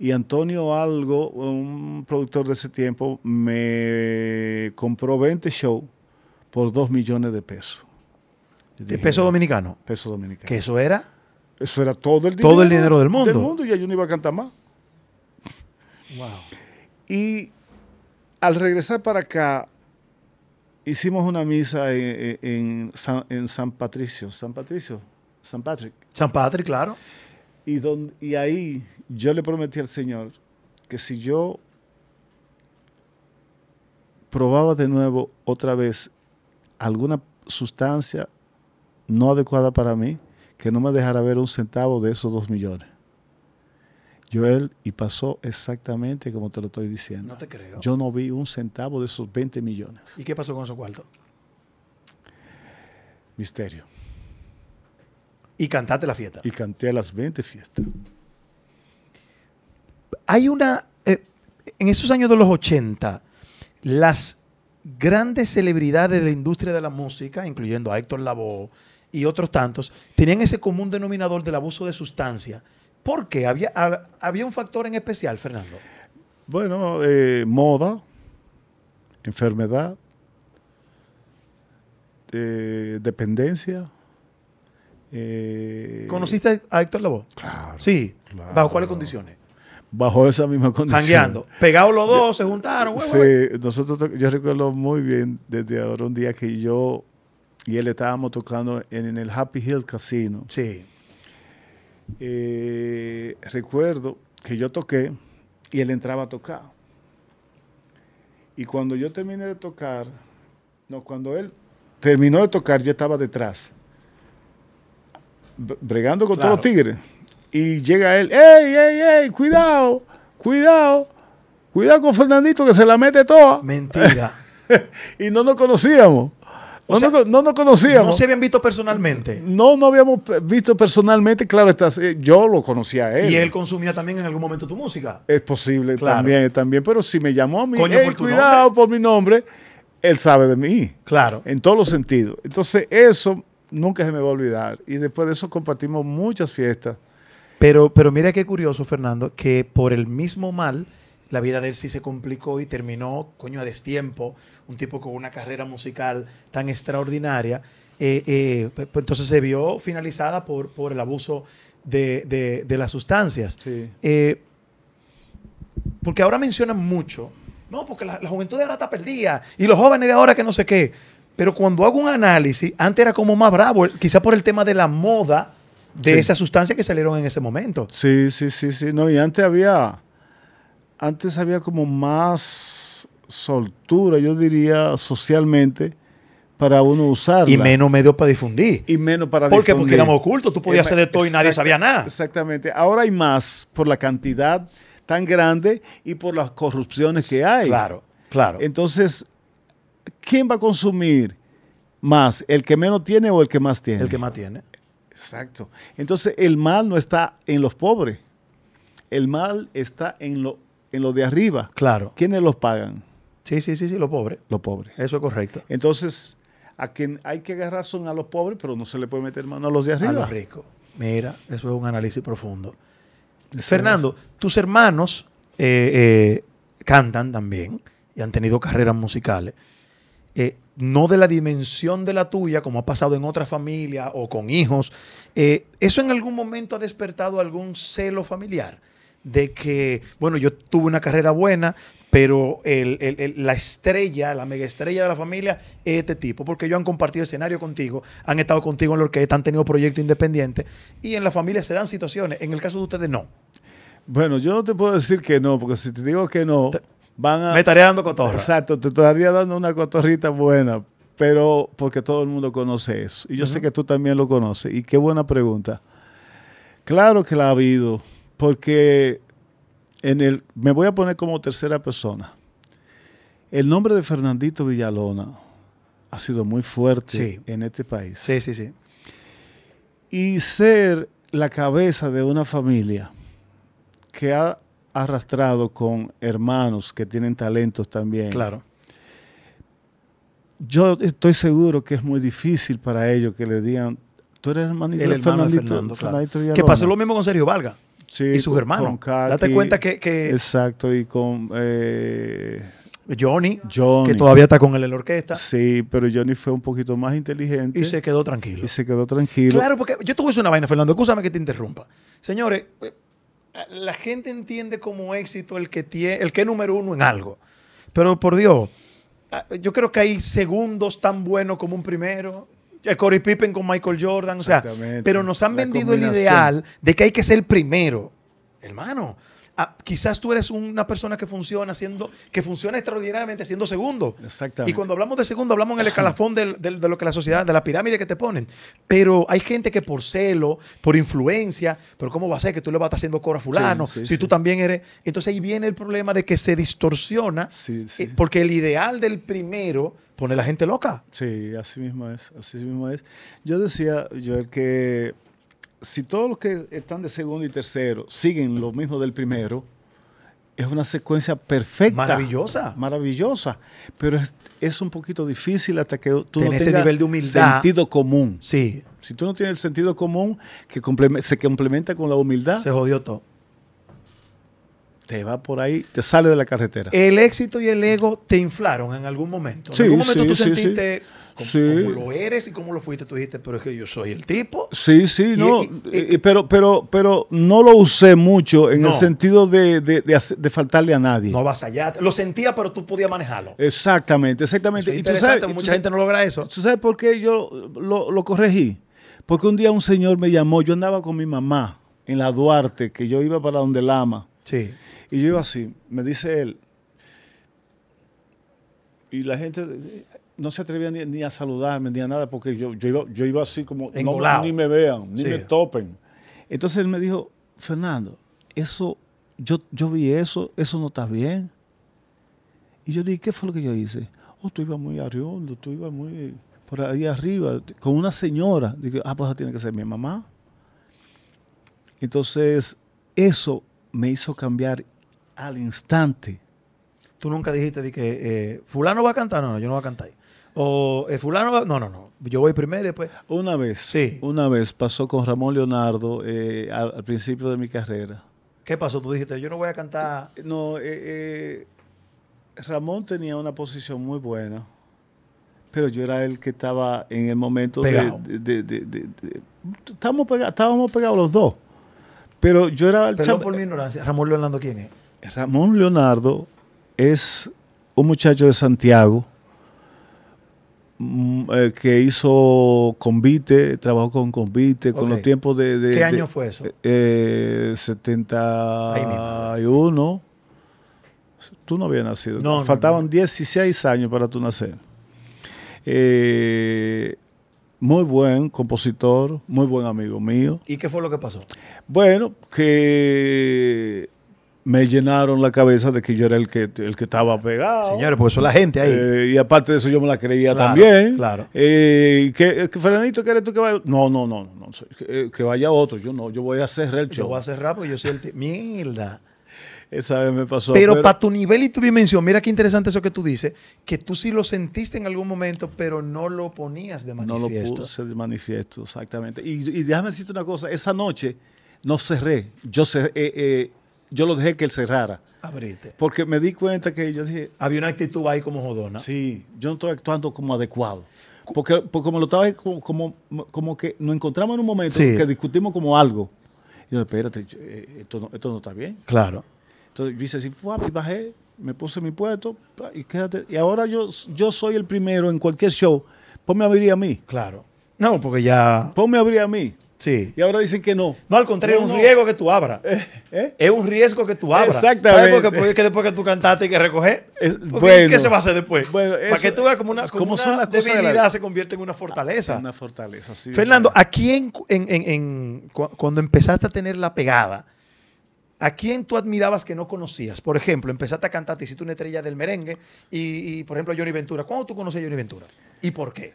Speaker 2: Y Antonio Algo, un productor de ese tiempo, me compró 20 shows por 2 millones de pesos. Yo
Speaker 1: De
Speaker 2: dije,
Speaker 1: peso dominicano.
Speaker 2: peso dominicano.
Speaker 1: Que eso era.
Speaker 2: Eso era todo el dinero.
Speaker 1: Todo el dinero del mundo.
Speaker 2: Del mundo y ya yo no iba a cantar más.
Speaker 1: Wow.
Speaker 2: Y al regresar para acá, hicimos una misa en, en San, en San Patricio, San Patricio, San Patrick.
Speaker 1: San Patrick, claro.
Speaker 2: Y, don- y ahí yo le prometí al Señor que si yo probaba de nuevo otra vez alguna sustancia no adecuada para mí, que no me dejara ver un centavo de esos dos millones. Joel, y pasó exactamente como te lo estoy diciendo.
Speaker 1: No te creo.
Speaker 2: Yo no vi un centavo de esos 20 millones.
Speaker 1: ¿Y qué pasó con esos cuartos?
Speaker 2: Misterio.
Speaker 1: Y cantaste la fiesta.
Speaker 2: Y canté a las 20 fiestas.
Speaker 1: Hay una. eh, en esos años de los 80, las grandes celebridades de la industria de la música, incluyendo a Héctor Lavoe y otros tantos, tenían ese común denominador del abuso de sustancia. ¿Por qué? Había, ha- había un factor en especial, Fernando.
Speaker 2: Bueno, eh, moda, enfermedad, eh, dependencia. eh,
Speaker 1: ¿Conociste a Héctor Lavoe?
Speaker 2: Claro.
Speaker 1: Sí.
Speaker 2: Claro.
Speaker 1: ¿Bajo cuáles condiciones?
Speaker 2: Bajo esa misma condición.
Speaker 1: Jangueando. eh. Pegados los dos, se juntaron. güey,
Speaker 2: <laughs> Sí,
Speaker 1: güey.
Speaker 2: nosotros, to- yo recuerdo muy bien desde ahora un día que yo y él estábamos tocando en, en el Happy Hill Casino.
Speaker 1: Sí.
Speaker 2: Eh, recuerdo que yo toqué y él entraba a tocar. Y cuando yo terminé de tocar, no, cuando él terminó de tocar, yo estaba detrás, bre- bregando con todos los
Speaker 1: Claro.
Speaker 2: tigres. Y llega él, ¡ey, ey, ey! ¡Cuidado! ¡Cuidado! ¡Cuidado con Fernandito que se la mete toda!
Speaker 1: Mentira.
Speaker 2: Y no nos conocíamos.
Speaker 1: O
Speaker 2: No,
Speaker 1: sea,
Speaker 2: nos con- no nos
Speaker 1: no
Speaker 2: conocíamos.
Speaker 1: se habían visto personalmente.
Speaker 2: No, no habíamos pe- visto personalmente, claro, está, eh, yo lo conocía a él.
Speaker 1: Y él consumía también en algún momento tu música.
Speaker 2: Es posible
Speaker 1: Claro.
Speaker 2: también, también. Pero si me llamó a mí,
Speaker 1: Coño,
Speaker 2: "Ey,
Speaker 1: por tu
Speaker 2: cuidado por mi nombre, él sabe de mí,
Speaker 1: Claro.
Speaker 2: en todos los sentidos. Entonces, eso nunca se me va a olvidar. Y después de eso compartimos muchas fiestas.
Speaker 1: Pero, pero mira qué curioso, Fernando, que por el mismo mal, la vida de él sí se complicó y terminó, coño, a destiempo, un tipo con una carrera musical tan extraordinaria. Eh, eh, pues, pues, entonces se vio finalizada por, por el abuso de, de- de las sustancias. Eh, porque ahora mencionan mucho, no, porque la, la juventud de ahora está perdida y los jóvenes de ahora que no sé qué. Pero cuando hago un análisis, antes era como más bravo, quizá por el tema de la moda de
Speaker 2: Sí.
Speaker 1: esas sustancias que salieron en ese momento.
Speaker 2: Sí, sí, sí, sí. No, y antes había, antes había como más soltura, yo diría, socialmente, para uno usarla.
Speaker 1: Y menos medios para difundir.
Speaker 2: Y menos para
Speaker 1: ¿Por qué? Porque
Speaker 2: difundir. Eh,
Speaker 1: éramos ocultos, tú podías hacer de todo y nadie
Speaker 2: Exacta-
Speaker 1: sabía nada.
Speaker 2: Exactamente. Ahora hay más por la cantidad tan grande y por las corrupciones que hay.
Speaker 1: Claro, claro.
Speaker 2: Entonces, ¿quién va a consumir más el que menos tiene o el que más tiene.
Speaker 1: El que más tiene.
Speaker 2: Exacto. Entonces el mal no está en los pobres, el mal está en lo, en lo de arriba.
Speaker 1: Claro.
Speaker 2: ¿Quiénes los pagan?
Speaker 1: Sí, sí, sí, sí, los pobres.
Speaker 2: Los pobres.
Speaker 1: Eso es correcto.
Speaker 2: Entonces, a quien hay que agarrar son a los pobres, pero no se le puede meter mano a los de arriba.
Speaker 1: A los ricos. Mira, eso es un análisis profundo. Fernando, tus hermanos eh, eh, cantan también y han tenido carreras musicales. Eh, no de la dimensión de la tuya, como ha pasado en otra familia o con hijos. eh, ¿Eso en algún momento ha despertado algún celo familiar? De que, bueno, yo tuve una carrera buena, pero el- el- el- la estrella, la mega estrella de la familia es este tipo, porque ellos han compartido escenario contigo, han estado contigo en la orquesta, han tenido proyectos independientes y en la familia se dan situaciones. En el caso de ustedes, no.
Speaker 2: Bueno, yo no te puedo decir que no, porque si te digo que no,
Speaker 1: Te-
Speaker 2: van a...
Speaker 1: Me estaré dando cotorra.
Speaker 2: Exacto, te estaría dando una cotorrita buena, pero porque todo el mundo conoce eso. Y yo sé
Speaker 1: Ujú.
Speaker 2: que tú también lo conoces. Y qué buena pregunta. Claro que la ha habido, porque en el, me voy a poner como tercera persona. El nombre de Fernandito Villalona ha sido muy fuerte
Speaker 1: Sí.
Speaker 2: en este país.
Speaker 1: Sí, sí, sí.
Speaker 2: Y ser la cabeza de una familia que ha arrastrado con hermanos que tienen talentos también.
Speaker 1: Claro.
Speaker 2: Yo estoy seguro que es muy difícil para ellos que le digan, tú eres hermanito
Speaker 1: El
Speaker 2: de
Speaker 1: hermano de
Speaker 2: Fernandito,
Speaker 1: Fernando, claro.
Speaker 2: Fernandito
Speaker 1: Que
Speaker 2: Villalona".
Speaker 1: pasó lo mismo con Sergio Valga
Speaker 2: Sí,
Speaker 1: y sus
Speaker 2: con-
Speaker 1: hermanos.
Speaker 2: con Kaki,
Speaker 1: Date cuenta que, que
Speaker 2: Exacto, y con eh,
Speaker 1: Johnny,
Speaker 2: Johnny.
Speaker 1: que todavía está con él en la orquesta,
Speaker 2: Sí, pero Johnny fue un poquito más inteligente
Speaker 1: y se quedó tranquilo.
Speaker 2: y se quedó tranquilo.
Speaker 1: Claro, porque yo te voy a decir una vaina, Fernando. Escúchame que te interrumpa. Señores, eh, la gente entiende como éxito el que tiene, el que es número uno en algo. Pero por Dios, ah, yo creo que hay segundos tan buenos como un primero. Ya Corey Pippen con Michael Jordan, o sea,
Speaker 2: Exactamente.
Speaker 1: pero nos han
Speaker 2: La
Speaker 1: vendido el
Speaker 2: combinación.
Speaker 1: ideal de que hay que ser el primero. Hermano, ah, quizás tú eres una persona que funciona siendo, que funciona extraordinariamente siendo segundo.
Speaker 2: Exactamente.
Speaker 1: Y cuando hablamos de segundo, hablamos en el escalafón del- del- de lo que la sociedad, de la pirámide que te ponen. Pero hay gente que por celo, por influencia, pero ¿cómo va a ser que tú le vas a estar haciendo coro a fulano?
Speaker 2: Sí, sí,
Speaker 1: si
Speaker 2: sí.
Speaker 1: tú también eres. Entonces ahí viene el problema de que se distorsiona,
Speaker 2: Sí, sí.
Speaker 1: eh, porque el ideal del primero pone a la gente loca.
Speaker 2: Sí, así mismo es, así mismo es. Yo decía, yo el que si todos los que están de segundo y tercero siguen lo mismo del primero, es una secuencia perfecta.
Speaker 1: Maravillosa.
Speaker 2: Maravillosa. Pero es, es un poquito difícil hasta que tú no
Speaker 1: Tener ese
Speaker 2: tengas
Speaker 1: nivel de humildad.
Speaker 2: sentido común.
Speaker 1: Sí,
Speaker 2: Si tú no tienes el sentido común que complemen- se complementa con la humildad,
Speaker 1: se jodió todo.
Speaker 2: te va por ahí, te sale de la carretera.
Speaker 1: El éxito y el ego te inflaron en algún momento. En
Speaker 2: Sí,
Speaker 1: algún momento
Speaker 2: sí,
Speaker 1: tú
Speaker 2: sí, sí.
Speaker 1: sentiste como,
Speaker 2: Sí.
Speaker 1: como lo eres y cómo lo fuiste. Tú dijiste, pero es que yo soy el tipo.
Speaker 2: Sí, sí, no,
Speaker 1: y- y-
Speaker 2: eh, pero, pero, pero no lo usé mucho en
Speaker 1: No.
Speaker 2: el sentido de, de- de hace- de faltarle a nadie.
Speaker 1: No vas allá. Lo sentía, pero tú podías manejarlo.
Speaker 2: Exactamente,
Speaker 1: Eso
Speaker 2: exactamente.
Speaker 1: es
Speaker 2: y tú
Speaker 1: interesante,
Speaker 2: sabes,
Speaker 1: mucha
Speaker 2: tú sabes-
Speaker 1: gente no logra eso.
Speaker 2: tú sabes por qué yo lo, lo corregí? Porque un día un señor me llamó, yo andaba con mi mamá en la Duarte, que yo iba para donde Lama,
Speaker 1: Sí.
Speaker 2: y yo iba así, me dice él, y la gente eh, no se atrevía ni, ni a saludarme, ni a nada, porque yo, yo, iba, yo iba así como, no,
Speaker 1: Engolado.
Speaker 2: ni me vean, ni
Speaker 1: Sí.
Speaker 2: me topen. Entonces él me dijo, Fernando, eso, yo, yo vi eso, eso no está bien. Y yo dije, ¿qué fue lo que yo hice? Oh, tú ibas muy arriondo, tú ibas muy por ahí arriba, t- con una señora. Dije, ah, pues esa tiene que ser mi mamá. Entonces, eso me hizo cambiar al instante.
Speaker 1: Tú nunca dijiste de que eh, fulano va a cantar. No, no, yo no voy a cantar. ahí. O eh, fulano va... No, no, no. Yo voy primero y después...
Speaker 2: Una vez,
Speaker 1: Sí.
Speaker 2: una vez pasó con Ramón Leonardo eh, al, al principio de mi carrera.
Speaker 1: ¿Qué pasó? Tú dijiste, yo no voy a cantar...
Speaker 2: No, eh, eh, Ramón tenía una posición muy buena, pero yo era el que estaba en el momento de-
Speaker 1: Pegado.
Speaker 2: de... de- de- de- de- estábamos, pega- estábamos pegados los dos, pero yo era el...
Speaker 1: Perdón
Speaker 2: cham-
Speaker 1: por mi ignorancia. Ramón Leonardo, ¿quién es?
Speaker 2: Ramón Leonardo es un muchacho de Santiago mm, eh, que hizo convite, trabajó con convite, con
Speaker 1: Ok.
Speaker 2: los tiempos de... de-
Speaker 1: ¿Qué
Speaker 2: de-
Speaker 1: año fue eso?
Speaker 2: eh,
Speaker 1: Ahí mismo.
Speaker 2: 71. Tú no habías nacido.
Speaker 1: No, no,
Speaker 2: Faltaban 16 años para tú nacer. Eh, muy buen compositor, muy buen amigo mío.
Speaker 1: ¿Y qué fue lo que pasó?
Speaker 2: Bueno, que me llenaron la cabeza de que yo era el que, el que estaba pegado.
Speaker 1: Señores, porque son la gente ahí.
Speaker 2: Eh, y aparte de eso yo me la creía
Speaker 1: Claro,
Speaker 2: también.
Speaker 1: claro.
Speaker 2: Eh, que, que Fernandito, ¿qué eres tú que vaya? No, no, no, no, no, soy- Eh, que, que vaya otro. Yo no, yo voy a hacer el
Speaker 1: yo
Speaker 2: show.
Speaker 1: voy a cerrar porque yo soy el ti- Mierda.
Speaker 2: Esa vez me pasó.
Speaker 1: Pero, para tu nivel y tu dimensión, mira qué interesante eso que tú dices, que tú sí lo sentiste en algún momento, pero no lo ponías de
Speaker 2: no lo
Speaker 1: manifiesto.
Speaker 2: puse de manifiesto, exactamente. Y, y déjame decirte una cosa, esa noche no cerré. Yo, cerré, eh, eh, yo lo dejé que él cerrara.
Speaker 1: Abrite.
Speaker 2: Porque me di cuenta que yo dije,
Speaker 1: Había una actitud ahí como jodona.
Speaker 2: Sí, yo no estoy actuando como adecuado. Porque, porque como lo estaba, como, como, como que nos encontramos en un momento
Speaker 1: Sí.
Speaker 2: que discutimos como algo. Y yo, espérate, yo, eh, esto, no, esto no está bien.
Speaker 1: Claro.
Speaker 2: Entonces yo hice así, fuap, y bajé, me puse en mi puesto, pa, y quédate. Y ahora yo, yo soy el primero en cualquier show. Ponme a abrir a mí.
Speaker 1: Claro. No, porque ya.
Speaker 2: Ponme a abrir a mí.
Speaker 1: Sí.
Speaker 2: Y ahora dicen que no.
Speaker 1: No, al contrario,
Speaker 2: No,
Speaker 1: es un
Speaker 2: no.
Speaker 1: riesgo que tú abras.
Speaker 2: ¿Eh?
Speaker 1: Es un riesgo que tú abras.
Speaker 2: Exactamente.
Speaker 1: ¿Sabes? Porque puede que después que tú cantaste hay que recoger.
Speaker 2: Es-
Speaker 1: Porque
Speaker 2: bueno.
Speaker 1: ¿Qué se va a hacer después?
Speaker 2: Bueno,
Speaker 1: Para
Speaker 2: eso-
Speaker 1: que tú veas como una, como
Speaker 2: ¿cómo
Speaker 1: una
Speaker 2: son las cosas de la
Speaker 1: debilidad
Speaker 2: vida?
Speaker 1: se convierte en una fortaleza.
Speaker 2: Es Una fortaleza, sí.
Speaker 1: Fernando, ¿a quién cu- en, en- en- cu- cuando empezaste a tener la pegada, a quién tú admirabas que no conocías? Por ejemplo, empezaste a cantar, te hiciste una estrella del merengue y, y, por ejemplo, Johnny Ventura. ¿Cuándo tú conoces a Johnny Ventura? ¿Y por qué?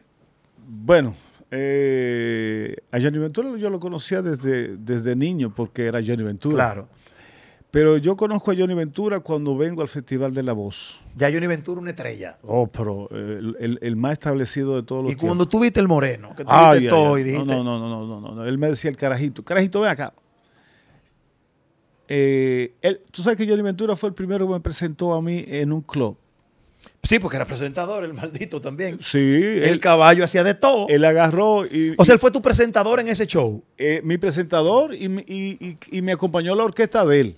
Speaker 2: Bueno, eh, a Johnny Ventura yo lo conocía desde, desde niño porque era Johnny Ventura. Pero yo conozco a Johnny Ventura cuando vengo al Festival de la Voz.
Speaker 1: Ya Johnny Ventura una estrella.
Speaker 2: Oh, pero eh, el, el- el más establecido de todos los
Speaker 1: Y cuando tú viste el moreno, que tú
Speaker 2: Ah,
Speaker 1: viste todo y dijiste,
Speaker 2: No, no, no, no, no, no, no. Él me decía el carajito. Carajito, ven acá. Eh, él- tú sabes que Johnny Ventura fue el primero que me presentó a mí en un club.
Speaker 1: sí, porque era presentador, el maldito también.
Speaker 2: Sí,
Speaker 1: El
Speaker 2: él,
Speaker 1: caballo hacía de todo.
Speaker 2: él agarró y,
Speaker 1: Oh. o sea, él fue tu presentador en ese show.
Speaker 2: eh, mi presentador y, mi- y- y- y me acompañó la orquesta de él.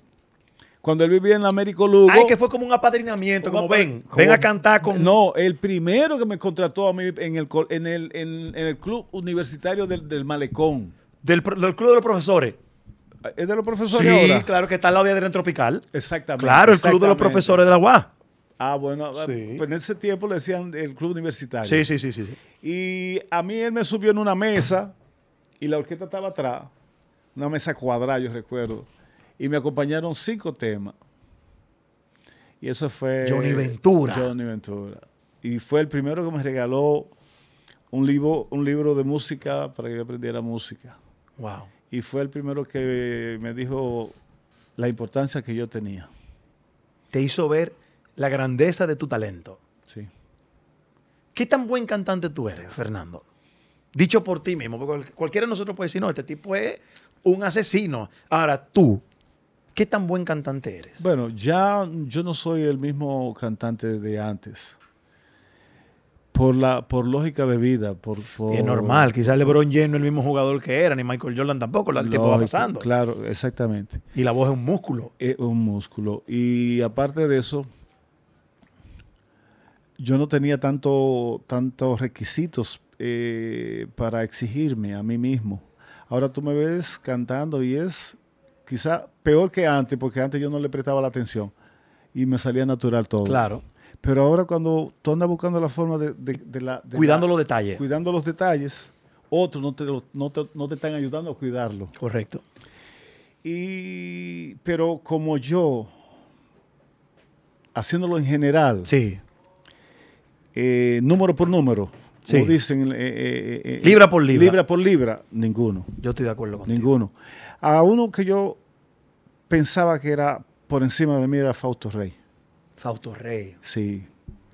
Speaker 2: Cuando él vivía en la Américo Lugo.
Speaker 1: Ay, que fue como un apadrinamiento, como, ven,
Speaker 2: como-
Speaker 1: ven a cantar con...
Speaker 2: No, el primero que me contrató a mí en el, col- en el, en- en el club universitario del, del Malecón.
Speaker 1: Del, pro- del Club de los Profesores.
Speaker 2: ¿Es de los profesores
Speaker 1: Sí,
Speaker 2: ahora?
Speaker 1: claro, que está al lado de Adrián Tropical.
Speaker 2: Exactamente.
Speaker 1: Claro, el Club de los
Speaker 2: exactamente.
Speaker 1: Profesores de la UA.
Speaker 2: Ah, bueno,
Speaker 1: Sí.
Speaker 2: pues en ese tiempo le decían el club universitario.
Speaker 1: Sí, sí, sí, sí. sí.
Speaker 2: Y a mí él me subió en una mesa y la orquesta estaba atrás, una mesa cuadrada, yo recuerdo. Y me acompañaron cinco temas. Y eso fue.
Speaker 1: Johnny Ventura.
Speaker 2: Johnny Ventura. Y fue el primero que me regaló un libro, un libro de música para que yo aprendiera música.
Speaker 1: Wow.
Speaker 2: Y fue el primero que me dijo la importancia que yo tenía.
Speaker 1: Te hizo ver la grandeza de tu talento.
Speaker 2: Sí.
Speaker 1: ¿Qué tan buen cantante tú eres, Fernando? Dicho por ti mismo, porque cual- cualquiera de nosotros puede decir, no, este tipo es un asesino. Ahora tú, ¿qué tan buen cantante eres?
Speaker 2: Bueno, ya yo no soy el mismo cantante de antes. Por la por lógica de vida, por, por-
Speaker 1: Y es normal, quizás LeBron James no es el mismo jugador que era, ni Michael Jordan tampoco, el tiempo va
Speaker 2: lógica,
Speaker 1: pasando.
Speaker 2: Claro, exactamente.
Speaker 1: Y la voz es un músculo.
Speaker 2: Es un músculo y aparte de eso yo no tenía tanto tantos requisitos eh, para exigirme a mí mismo. Ahora tú me ves cantando y es quizá peor que antes porque antes yo no le prestaba la atención y me salía natural todo.
Speaker 1: Claro.
Speaker 2: Pero ahora cuando tú andas buscando la forma de, de- de la... de
Speaker 1: Cuidando
Speaker 2: la-
Speaker 1: los detalles.
Speaker 2: cuidando los detalles, otros no te, lo- no, te, no te están ayudando a cuidarlo.
Speaker 1: Correcto.
Speaker 2: Y, pero como yo, haciéndolo en general,
Speaker 1: Sí.
Speaker 2: eh, número por número,
Speaker 1: Sí.
Speaker 2: como dicen... eh, eh, eh, eh,
Speaker 1: Libra por libra.
Speaker 2: Libra por libra, ninguno.
Speaker 1: Yo estoy de acuerdo contigo.
Speaker 2: Ninguno. A uno que yo pensaba que era por encima de mí era Fausto Rey.
Speaker 1: Fausto Rey.
Speaker 2: Sí.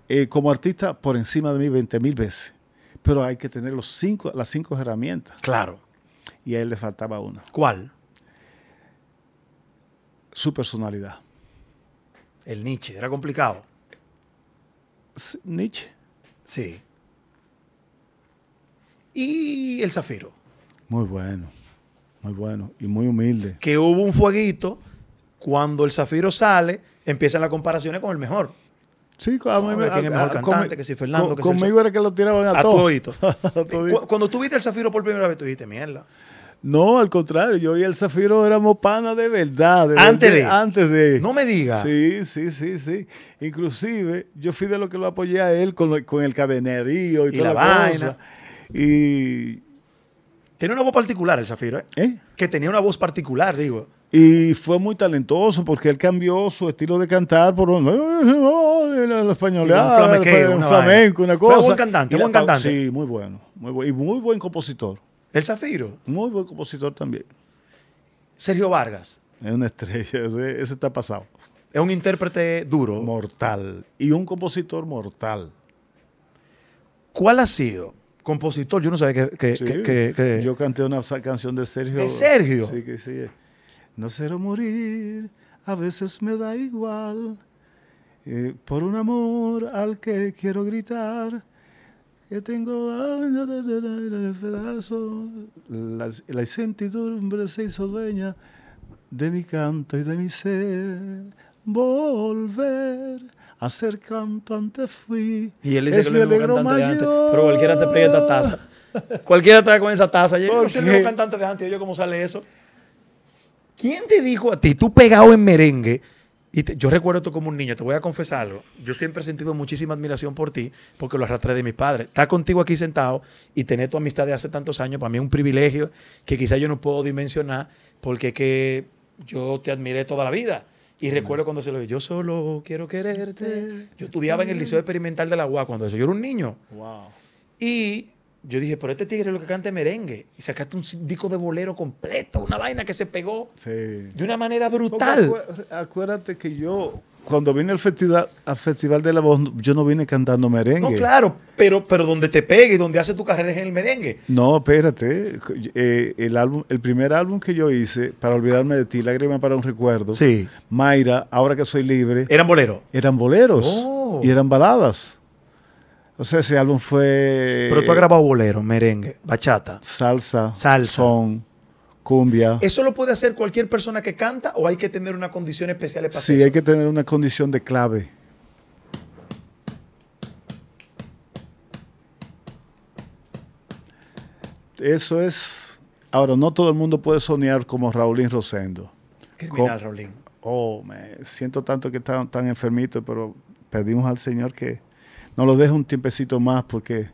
Speaker 2: Eh, como artista, por encima de mí 20 mil veces. Pero hay que tener los cinco, las cinco herramientas.
Speaker 1: Claro.
Speaker 2: Y a él le faltaba una.
Speaker 1: ¿Cuál?
Speaker 2: Su personalidad.
Speaker 1: El Nietzsche. Era complicado.
Speaker 2: S- Nietzsche.
Speaker 1: Sí. Y el Zafiro.
Speaker 2: Muy bueno. Muy bueno. Y muy humilde.
Speaker 1: Que hubo un fueguito. Cuando el Zafiro sale, empiezan las comparaciones con el mejor.
Speaker 2: Sí, a mí
Speaker 1: No,
Speaker 2: me-
Speaker 1: que quién es mejor
Speaker 2: a-
Speaker 1: cantante,
Speaker 2: conmi-
Speaker 1: que si Fernando, que si el-
Speaker 2: Conmigo era que lo tiraban a,
Speaker 1: A
Speaker 2: todos.
Speaker 1: todito.
Speaker 2: <laughs> A todito.
Speaker 1: Cu- Cuando tú viste el Zafiro por primera vez, tú dijiste, mierda.
Speaker 2: No, al contrario. Yo y el Zafiro éramos panas de verdad. de
Speaker 1: Antes
Speaker 2: verdad,
Speaker 1: de.
Speaker 2: Antes de.
Speaker 1: No me digas.
Speaker 2: Sí, sí, sí, sí. Inclusive, yo fui de lo que lo apoyé a él con, lo- con el cadenerío y,
Speaker 1: Y la
Speaker 2: toda la,
Speaker 1: vaina.
Speaker 2: cosa. Y...
Speaker 1: Tenía una voz particular el Zafiro, ¿eh?
Speaker 2: ¿eh?
Speaker 1: Que tenía una voz particular, digo.
Speaker 2: Y fue muy talentoso porque él cambió su estilo de cantar por un, la españoleada,
Speaker 1: Un flamenqueo,
Speaker 2: un
Speaker 1: una
Speaker 2: flamenco,
Speaker 1: vaina.
Speaker 2: una cosa.
Speaker 1: Pero buen cantante,
Speaker 2: Y la
Speaker 1: buen
Speaker 2: pa-
Speaker 1: cantante.
Speaker 2: Sí, muy bueno, muy bueno. Y muy buen compositor.
Speaker 1: El Zafiro,
Speaker 2: Muy buen compositor también.
Speaker 1: Sergio Vargas,
Speaker 2: Es una estrella, <laughs> ese, ese está pasado.
Speaker 1: es un intérprete duro.
Speaker 2: Mortal. Y un compositor mortal.
Speaker 1: ¿Cuál ha sido? Compositor, yo no sabía que... que-
Speaker 2: Sí.
Speaker 1: que- que- que-
Speaker 2: Yo canté una sa- canción de Sergio.
Speaker 1: ¿De Sergio?
Speaker 2: Sí, que sí. No quiero morir, a veces me da igual. eh, por un amor al que quiero gritar. Que tengo años de- de- de- de pedazo. La, la incertidumbre se hizo dueña de mi canto y de mi ser. Volver a ser canto antes fui.
Speaker 1: Y él dice que es
Speaker 2: mi
Speaker 1: el mismo
Speaker 2: alegro
Speaker 1: cantante de antes.
Speaker 2: mayor.
Speaker 1: Pero cualquiera te pega esta taza. Cualquiera te da con esa taza. Yo
Speaker 2: ¿Por
Speaker 1: no soy el
Speaker 2: qué?
Speaker 1: mismo cantante de antes. Oye, ¿cómo sale eso? ¿Quién te dijo a ti, tú pegado en merengue? Y te- yo recuerdo esto como un niño, te voy a confesar algo. Yo siempre he sentido muchísima admiración por ti porque lo arrastré de mis padres. Estar contigo aquí sentado y tener tu amistad de hace tantos años, para mí es un privilegio que quizás yo no puedo dimensionar porque es que yo te admiré toda la vida. Y recuerdo cuando se lo dije, yo solo quiero quererte. Yo estudiaba en el Liceo Experimental de la UA cuando eso, yo era un niño.
Speaker 2: Wow.
Speaker 1: Y yo dije, pero este tigre es lo que canta es merengue. Y sacaste un disco de bolero completo, una vaina que se pegó
Speaker 2: Sí.
Speaker 1: de una manera
Speaker 2: Porque
Speaker 1: brutal.
Speaker 2: acu- Acuérdate que yo, cuando vine al festival, al festival de la voz, yo no vine cantando merengue.
Speaker 1: No, claro, pero, pero donde te pegue y donde hace tu carrera es en el merengue.
Speaker 2: No, espérate. Eh, el, álbum, el primer álbum que yo hice, Para Olvidarme de Ti, Lágrima para un Recuerdo,
Speaker 1: Sí.
Speaker 2: Mayra, Ahora que Soy Libre,
Speaker 1: Eran bolero.
Speaker 2: eran boleros
Speaker 1: Oh.
Speaker 2: y eran baladas. O sea, ese álbum fue
Speaker 1: Pero tú has grabado bolero, merengue, bachata.
Speaker 2: salsa,
Speaker 1: Salsa.
Speaker 2: son, cumbia.
Speaker 1: ¿Eso lo puede hacer cualquier persona que canta o hay que tener una condición especial para
Speaker 2: Sí,
Speaker 1: hacer
Speaker 2: hay
Speaker 1: eso?
Speaker 2: que tener una condición de clave. Eso es. Ahora, no todo el mundo puede soñar como Raulín Rosendo.
Speaker 1: Criminal,
Speaker 2: Co-
Speaker 1: Raulín.
Speaker 2: Oh, me siento tanto que están tan enfermito, pero pedimos al Señor que nos lo deje un tiempecito más porque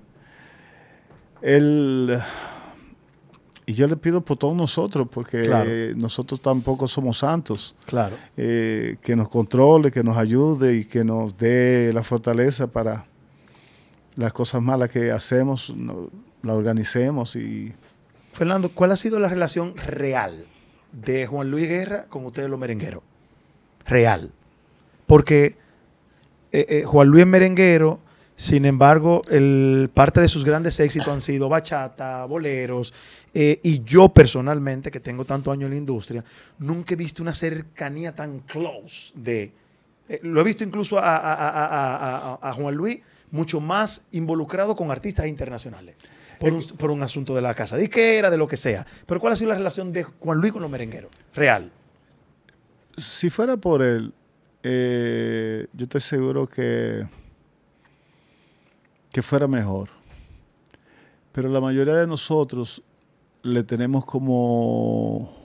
Speaker 2: él y yo le pido por todos nosotros porque
Speaker 1: Claro.
Speaker 2: nosotros tampoco somos santos
Speaker 1: Claro.
Speaker 2: eh, que nos controle, que nos ayude y que nos dé la fortaleza para las cosas malas que hacemos, no- la organicemos y
Speaker 1: Fernando, ¿cuál ha sido la relación real de Juan Luis Guerra con ustedes los merengueros? Real. Porque eh, eh, Juan Luis es merenguero, sin embargo, el, parte de sus grandes éxitos han sido bachata, boleros, eh, y yo personalmente, que tengo tanto año en la industria, nunca he visto una cercanía tan close de... eh, lo he visto incluso a, a- a- a- a- a- a Juan Luis mucho más involucrado con artistas internacionales por un, por un asunto de la casa disquera, de lo que sea. Pero ¿cuál ha sido la relación de Juan Luis con los merengueros? Real.
Speaker 2: si fuera por él, eh, yo estoy seguro que, que fuera mejor. Pero la mayoría de nosotros le tenemos como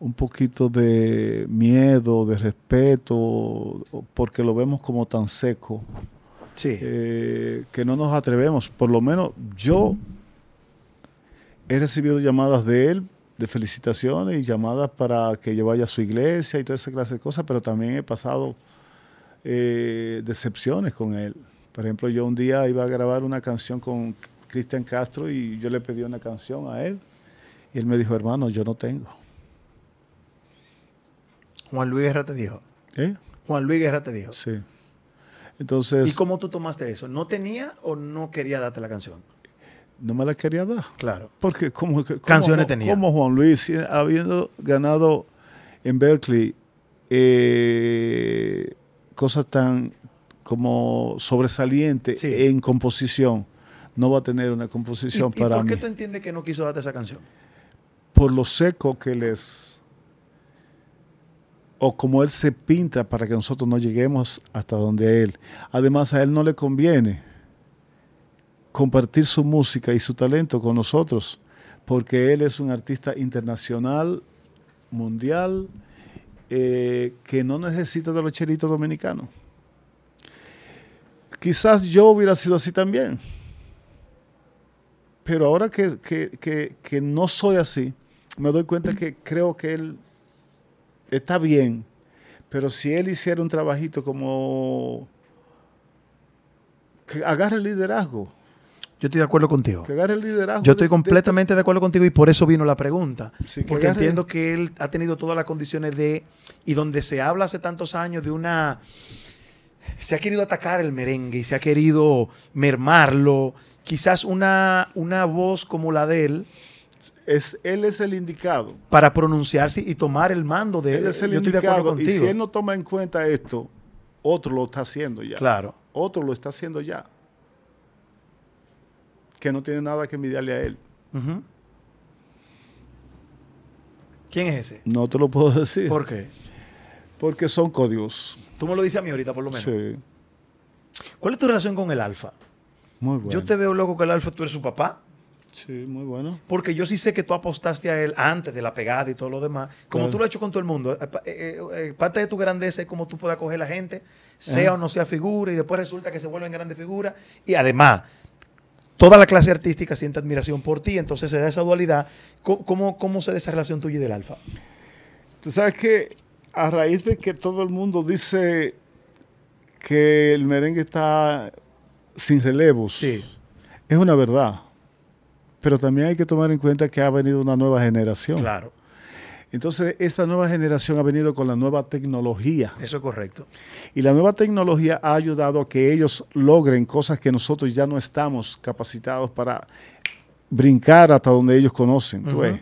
Speaker 2: un poquito de miedo, de respeto, o- porque lo vemos como tan seco,
Speaker 1: Sí.
Speaker 2: eh, que no nos atrevemos. Por lo menos yo he recibido llamadas de él, de felicitaciones y llamadas para que yo vaya a su iglesia y toda esa clase de cosas, pero también he pasado eh, decepciones con él. Por ejemplo, yo un día iba a grabar una canción con Cristian Castro y yo le pedí una canción a él. Y él me dijo, hermano, yo no tengo.
Speaker 1: Juan Luis Guerra te dijo.
Speaker 2: ¿Eh?
Speaker 1: Juan Luis Guerra te dijo.
Speaker 2: Sí. Entonces,
Speaker 1: ¿Y cómo tú tomaste eso? ¿No tenía o no quería darte la canción?
Speaker 2: no me la quería dar.
Speaker 1: Claro.
Speaker 2: Porque como, que- como
Speaker 1: Canciones
Speaker 2: Ju-
Speaker 1: tenía.
Speaker 2: como Juan Luis, si- habiendo ganado en Berkeley eh, cosas tan como sobresalientes
Speaker 1: Sí.
Speaker 2: en composición, no va a tener una
Speaker 1: ¿Y,
Speaker 2: composición
Speaker 1: y
Speaker 2: para
Speaker 1: por qué
Speaker 2: mí.
Speaker 1: tú entiendes que no quiso darte esa canción?
Speaker 2: Por lo seco que él es, o como él se pinta para que nosotros no lleguemos hasta donde él. Además, a él no le conviene compartir su música y su talento con nosotros, porque él es un artista internacional, mundial, eh, que no necesita de los chelitos dominicanos. Quizás yo hubiera sido así también, pero ahora que, que- que- que no soy así, me doy cuenta que creo que él está bien, pero si él hiciera un trabajito como que agarre el liderazgo,
Speaker 1: Yo estoy de acuerdo contigo.
Speaker 2: que agarre el liderazgo.
Speaker 1: Yo
Speaker 2: de-
Speaker 1: estoy
Speaker 2: de-
Speaker 1: completamente de acuerdo contigo y por eso vino la pregunta.
Speaker 2: Sí, que
Speaker 1: porque
Speaker 2: agarre-
Speaker 1: entiendo que él ha tenido todas las condiciones de... Y donde se habla hace tantos años de una... Se ha querido atacar el merengue y se ha querido mermarlo. Quizás una, una voz como la de él
Speaker 2: es, él es el indicado.
Speaker 1: para pronunciarse y tomar el mando de él.
Speaker 2: Él es el
Speaker 1: Yo estoy de acuerdo
Speaker 2: indicado. Y
Speaker 1: contigo.
Speaker 2: si él no toma en cuenta esto, otro lo está haciendo ya.
Speaker 1: Claro.
Speaker 2: Otro lo está haciendo ya. Que no tiene nada que envidiarle a él.
Speaker 1: Ujú. ¿Quién es ese?
Speaker 2: No te lo puedo decir.
Speaker 1: ¿Por qué?
Speaker 2: Porque son códigos.
Speaker 1: Tú me lo dices a mí ahorita, por lo menos.
Speaker 2: Sí.
Speaker 1: ¿Cuál es tu relación con el alfa?
Speaker 2: Muy bueno.
Speaker 1: Yo te veo loco que el alfa tú eres su papá.
Speaker 2: Sí, muy bueno.
Speaker 1: Porque yo sí sé que tú apostaste a él antes de la pegada y todo lo demás. Como
Speaker 2: Claro.
Speaker 1: tú lo has hecho con todo el mundo. eh, pa- eh, eh, eh, parte de tu grandeza es cómo tú puedes acoger a la gente, sea o no sea figura, y después resulta que se vuelven grandes figuras. Y además, toda la clase artística siente admiración por ti. Entonces se da esa dualidad. ¿Cómo, cómo, cómo se da esa relación tuya y del alfa?
Speaker 2: Tú sabes que a raíz de que todo el mundo dice que el merengue está sin relevos,
Speaker 1: Sí.
Speaker 2: es una verdad. Pero también hay que tomar en cuenta que ha venido una nueva generación.
Speaker 1: Claro,
Speaker 2: Entonces, esta nueva generación ha venido con la nueva tecnología.
Speaker 1: eso es correcto.
Speaker 2: Y la nueva tecnología ha ayudado a que ellos logren cosas que nosotros ya no estamos capacitados para brincar hasta donde ellos conocen. tú
Speaker 1: Ujú.
Speaker 2: ves.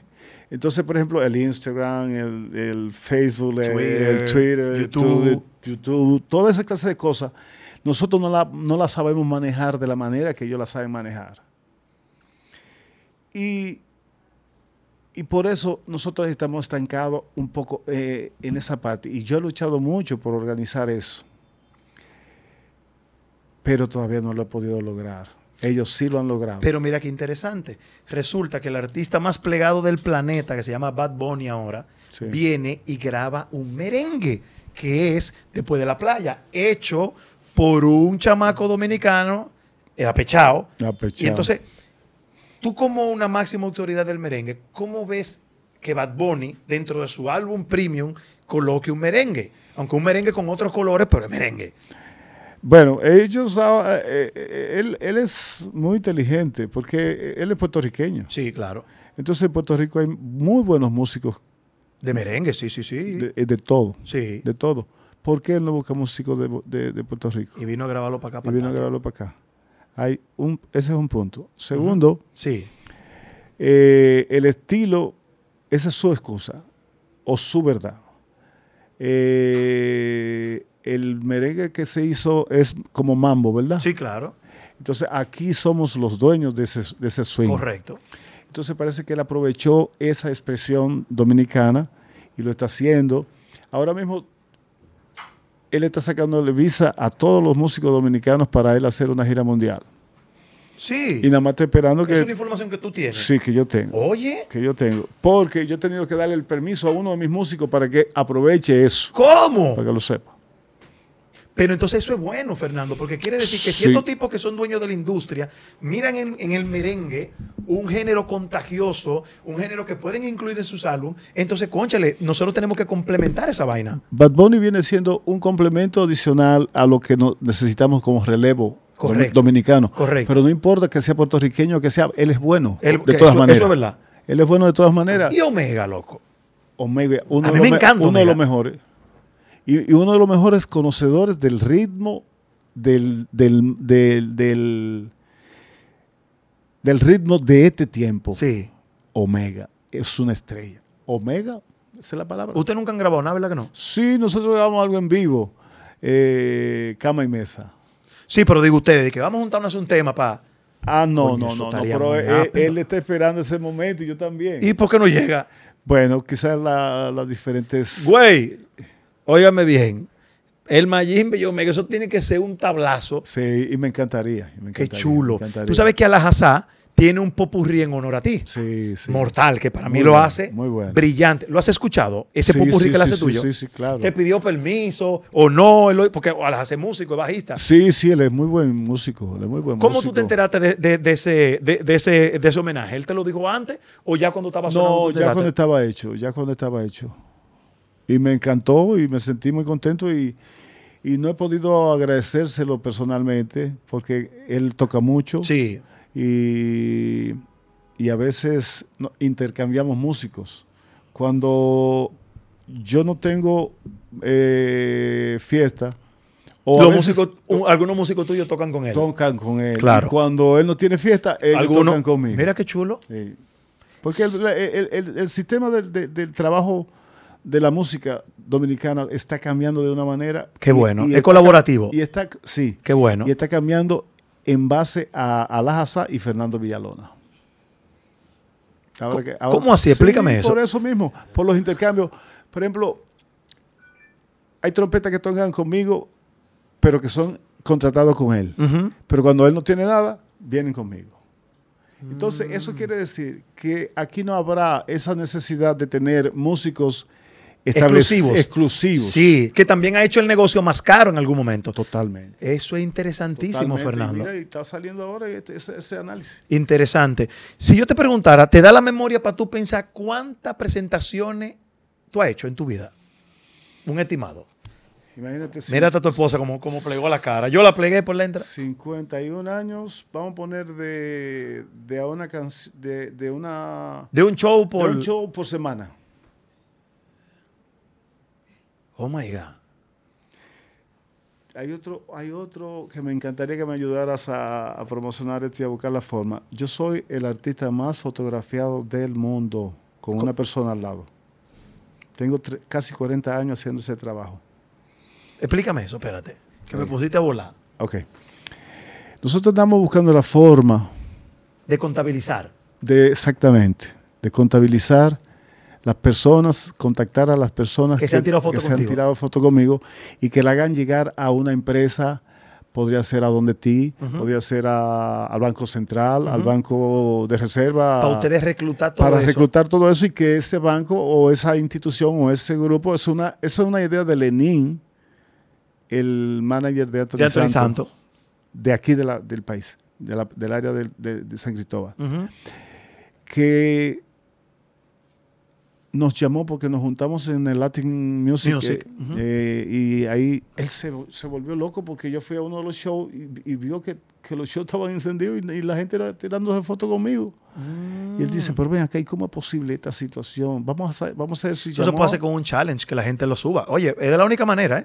Speaker 2: Entonces, por ejemplo, el Instagram, el, el Facebook, el-
Speaker 1: Twitter,
Speaker 2: el Twitter,
Speaker 1: YouTube.
Speaker 2: tu- YouTube, toda esa clase de cosas, nosotros no la, no la sabemos manejar de la manera que ellos la saben manejar. Y, y por eso nosotros estamos estancados un poco eh, en esa parte. Y yo he luchado mucho por organizar eso. Pero todavía no lo he podido lograr. Ellos sí lo han logrado.
Speaker 1: Pero mira qué interesante. Resulta que el artista más plegado del planeta, que se llama Bad Bunny ahora,
Speaker 2: Sí.
Speaker 1: viene y graba un merengue, que es Después de la Playa, hecho por un chamaco dominicano, el apechao.
Speaker 2: Apechado.
Speaker 1: Y entonces, tú como una máxima autoridad del merengue, ¿cómo ves que Bad Bunny, dentro de su álbum premium, coloque un merengue? Aunque un merengue con otros colores, pero es merengue.
Speaker 2: Bueno, ellos, ah, eh, eh, él, él es muy inteligente porque él es puertorriqueño.
Speaker 1: Sí, claro.
Speaker 2: Entonces en Puerto Rico hay muy buenos músicos
Speaker 1: De merengue, sí, sí, sí.
Speaker 2: de, eh, de todo,
Speaker 1: sí.
Speaker 2: de todo. ¿Por qué él no busca músicos de, de- de Puerto Rico?
Speaker 1: y vino a grabarlo para acá.
Speaker 2: Y
Speaker 1: Para
Speaker 2: vino a grabarlo para acá. Hay un, ese es un punto. Segundo,
Speaker 1: Sí.
Speaker 2: eh, el estilo, esa es su excusa o su verdad. Eh, el merengue que se hizo es como mambo, ¿verdad?
Speaker 1: Sí, claro.
Speaker 2: Entonces aquí somos los dueños de ese, de ese swing.
Speaker 1: Correcto.
Speaker 2: Entonces parece que él aprovechó esa expresión dominicana y lo está haciendo. Ahora mismo él está sacándole visa a todos los músicos dominicanos para él hacer una gira mundial.
Speaker 1: Sí.
Speaker 2: Y nada más está esperando
Speaker 1: Es una
Speaker 2: que...
Speaker 1: información que tú tienes.
Speaker 2: Sí, que yo tengo.
Speaker 1: Oye,
Speaker 2: Que yo tengo. Porque yo he tenido que darle el permiso a uno de mis músicos para que aproveche eso,
Speaker 1: ¿cómo?
Speaker 2: para que lo sepa.
Speaker 1: Pero entonces eso es bueno, Fernando, porque quiere decir que
Speaker 2: Sí.
Speaker 1: ciertos tipos que son dueños de la industria miran en, en el merengue un género contagioso, un género que pueden incluir en sus álbumes. Entonces, conchale, nosotros tenemos que complementar esa vaina.
Speaker 2: Bad Bunny viene siendo un complemento adicional a lo que no- necesitamos como relevo dom-
Speaker 1: Correcto.
Speaker 2: dominicano.
Speaker 1: Correcto.
Speaker 2: Pero no importa que sea puertorriqueño, que sea, él es bueno
Speaker 1: El-
Speaker 2: de
Speaker 1: que
Speaker 2: todas
Speaker 1: eso-
Speaker 2: maneras.
Speaker 1: eso es verdad.
Speaker 2: Él es bueno de todas maneras.
Speaker 1: Y Omega, loco.
Speaker 2: Omega, uno,
Speaker 1: A mí
Speaker 2: de los,
Speaker 1: me
Speaker 2: me-
Speaker 1: encanta
Speaker 2: uno de
Speaker 1: Omega.
Speaker 2: los mejores. Y, y uno de los mejores conocedores del ritmo del, del, del, del, del ritmo de este tiempo.
Speaker 1: Sí.
Speaker 2: Omega es una estrella. Omega, esa es la palabra.
Speaker 1: Ustedes nunca han grabado nada, ¿verdad que no?
Speaker 2: Sí, nosotros grabamos algo en vivo. eh, cama y mesa.
Speaker 1: Sí, pero digo ustedes, de que vamos a juntarnos un tema para...
Speaker 2: Ah, no,
Speaker 1: Coño,
Speaker 2: no,
Speaker 1: eso
Speaker 2: no, no,
Speaker 1: estaría
Speaker 2: pero
Speaker 1: muy
Speaker 2: él,
Speaker 1: rápido.
Speaker 2: él está esperando ese momento y yo también.
Speaker 1: ¿Y por qué no llega?
Speaker 2: bueno, quizás la- las diferentes...
Speaker 1: Güey, óigame bien. El Mayimbe y Omega, eso tiene que ser un tablazo.
Speaker 2: Sí, y me encantaría. y me
Speaker 1: Qué
Speaker 2: encantaría, me
Speaker 1: chulo.
Speaker 2: encantaría.
Speaker 1: Tú sabes que Alajazá tiene un popurrí en honor a ti.
Speaker 2: Sí, sí.
Speaker 1: Mortal, que para mí
Speaker 2: Muy
Speaker 1: lo
Speaker 2: bueno,
Speaker 1: hace
Speaker 2: muy bueno.
Speaker 1: brillante. ¿Lo has escuchado? Ese
Speaker 2: Sí,
Speaker 1: popurrí
Speaker 2: sí,
Speaker 1: que le
Speaker 2: sí,
Speaker 1: hace
Speaker 2: sí,
Speaker 1: tuyo.
Speaker 2: Sí, sí, claro.
Speaker 1: ¿Te pidió permiso o no? Él lo- Porque las hace músico, es bajista.
Speaker 2: Sí, sí, él es muy buen músico. Él es muy buen
Speaker 1: ¿Cómo
Speaker 2: músico.
Speaker 1: tú te enteraste de, de- de ese, de, de ese, de ese homenaje? ¿Él te lo dijo antes o ya cuando estaba sonando?
Speaker 2: No,
Speaker 1: tú te
Speaker 2: ya cuando
Speaker 1: enteraste?
Speaker 2: estaba hecho, ya cuando estaba hecho. Y me encantó y me sentí muy contento y, y no he podido agradecérselo personalmente porque él toca mucho
Speaker 1: Sí,
Speaker 2: y, y a veces no- intercambiamos músicos. Cuando yo no tengo eh, fiesta, o a
Speaker 1: Los
Speaker 2: veces
Speaker 1: músicos- un- algunos músicos tuyos tocan con él.
Speaker 2: tocan con él.
Speaker 1: Claro.
Speaker 2: Y cuando él no tiene fiesta, ellos
Speaker 1: algunos
Speaker 2: tocan conmigo.
Speaker 1: Mira qué chulo.
Speaker 2: Sí. Porque el, el- el- el sistema del, del- del trabajo de la música dominicana está cambiando de una manera.
Speaker 1: Qué
Speaker 2: y-
Speaker 1: bueno.
Speaker 2: y
Speaker 1: es
Speaker 2: está-
Speaker 1: colaborativo.
Speaker 2: Y está, sí,
Speaker 1: qué bueno.
Speaker 2: y está cambiando en base a Alajaza y Fernando Villalona. Ahora que-
Speaker 1: cómo así? Explícame eso.
Speaker 2: Por eso mismo, por los intercambios. Por ejemplo, hay trompetas que tocan conmigo, pero que son contratados con él.
Speaker 1: Ujú.
Speaker 2: Pero cuando él no tiene nada, vienen conmigo.
Speaker 1: Mm.
Speaker 2: Entonces, eso quiere decir que aquí no habrá esa necesidad de tener músicos establecidos,
Speaker 1: Exclusivos.
Speaker 2: exclusivos.
Speaker 1: Sí, que también ha hecho el negocio más caro en algún momento.
Speaker 2: Totalmente.
Speaker 1: Eso es interesantísimo,
Speaker 2: Totalmente. Y
Speaker 1: Fernando.
Speaker 2: Mira, y está saliendo ahora este- ese, ese análisis.
Speaker 1: Interesante. Si yo te preguntara, ¿te da la memoria para tú pensar cuántas presentaciones tú has hecho en tu vida? Un estimado.
Speaker 2: Imagínate. si-
Speaker 1: Mira a tu esposa como, como plegó la cara. Yo la plegué por la entrada.
Speaker 2: 51 años, vamos a poner de, de a una canción, de, de una...
Speaker 1: De un show
Speaker 2: de
Speaker 1: por...
Speaker 2: un show por semana.
Speaker 1: Oh, my God.
Speaker 2: Hay otro, hay otro que me encantaría que me ayudaras a, a promocionar esto y a buscar la forma. Yo soy el artista más fotografiado del mundo, con una persona al lado. Tengo tre- casi 40 años haciendo ese trabajo.
Speaker 1: Explícame eso, espérate. Que me
Speaker 2: Sí.
Speaker 1: pusiste a volar.
Speaker 2: Ok. Nosotros estamos buscando la forma
Speaker 1: De contabilizar.
Speaker 2: de, exactamente, de contabilizar las personas, contactar a las personas
Speaker 1: Que se han tirado foto
Speaker 2: que se han
Speaker 1: contigo.
Speaker 2: tirado foto conmigo y que la hagan llegar a una empresa, podría ser a Donde Ti,
Speaker 1: Ujú.
Speaker 2: podría ser a- al Banco Central, al
Speaker 1: Ujú.
Speaker 2: Banco de Reserva,
Speaker 1: para ustedes reclutar todo
Speaker 2: Ah. para
Speaker 1: eso.
Speaker 2: reclutar todo eso y que ese banco o esa institución o ese grupo, es una, eso es una idea de Lenin, el manager de Anthony,
Speaker 1: de Anthony
Speaker 2: Santos,
Speaker 1: Santo.
Speaker 2: de aquí de la- del país, de la- del área del- de- de San Cristóbal
Speaker 1: Ujú.
Speaker 2: que nos llamó porque nos juntamos en el Latin Music,
Speaker 1: Music,
Speaker 2: eh,
Speaker 1: ujú.
Speaker 2: eh, y ahí él se, se volvió loco porque yo fui a uno de los shows y, y vio que, que los shows estaban encendidos y, y la gente era tirándose fotos conmigo. Y él dice, pero ven acá, ¿y cómo es posible esta situación? Vamos a, sa- vamos a hacer eso. Y
Speaker 1: Eso se
Speaker 2: llamó
Speaker 1: puede hacer con un challenge, que la gente lo suba. Oye, es de la única manera.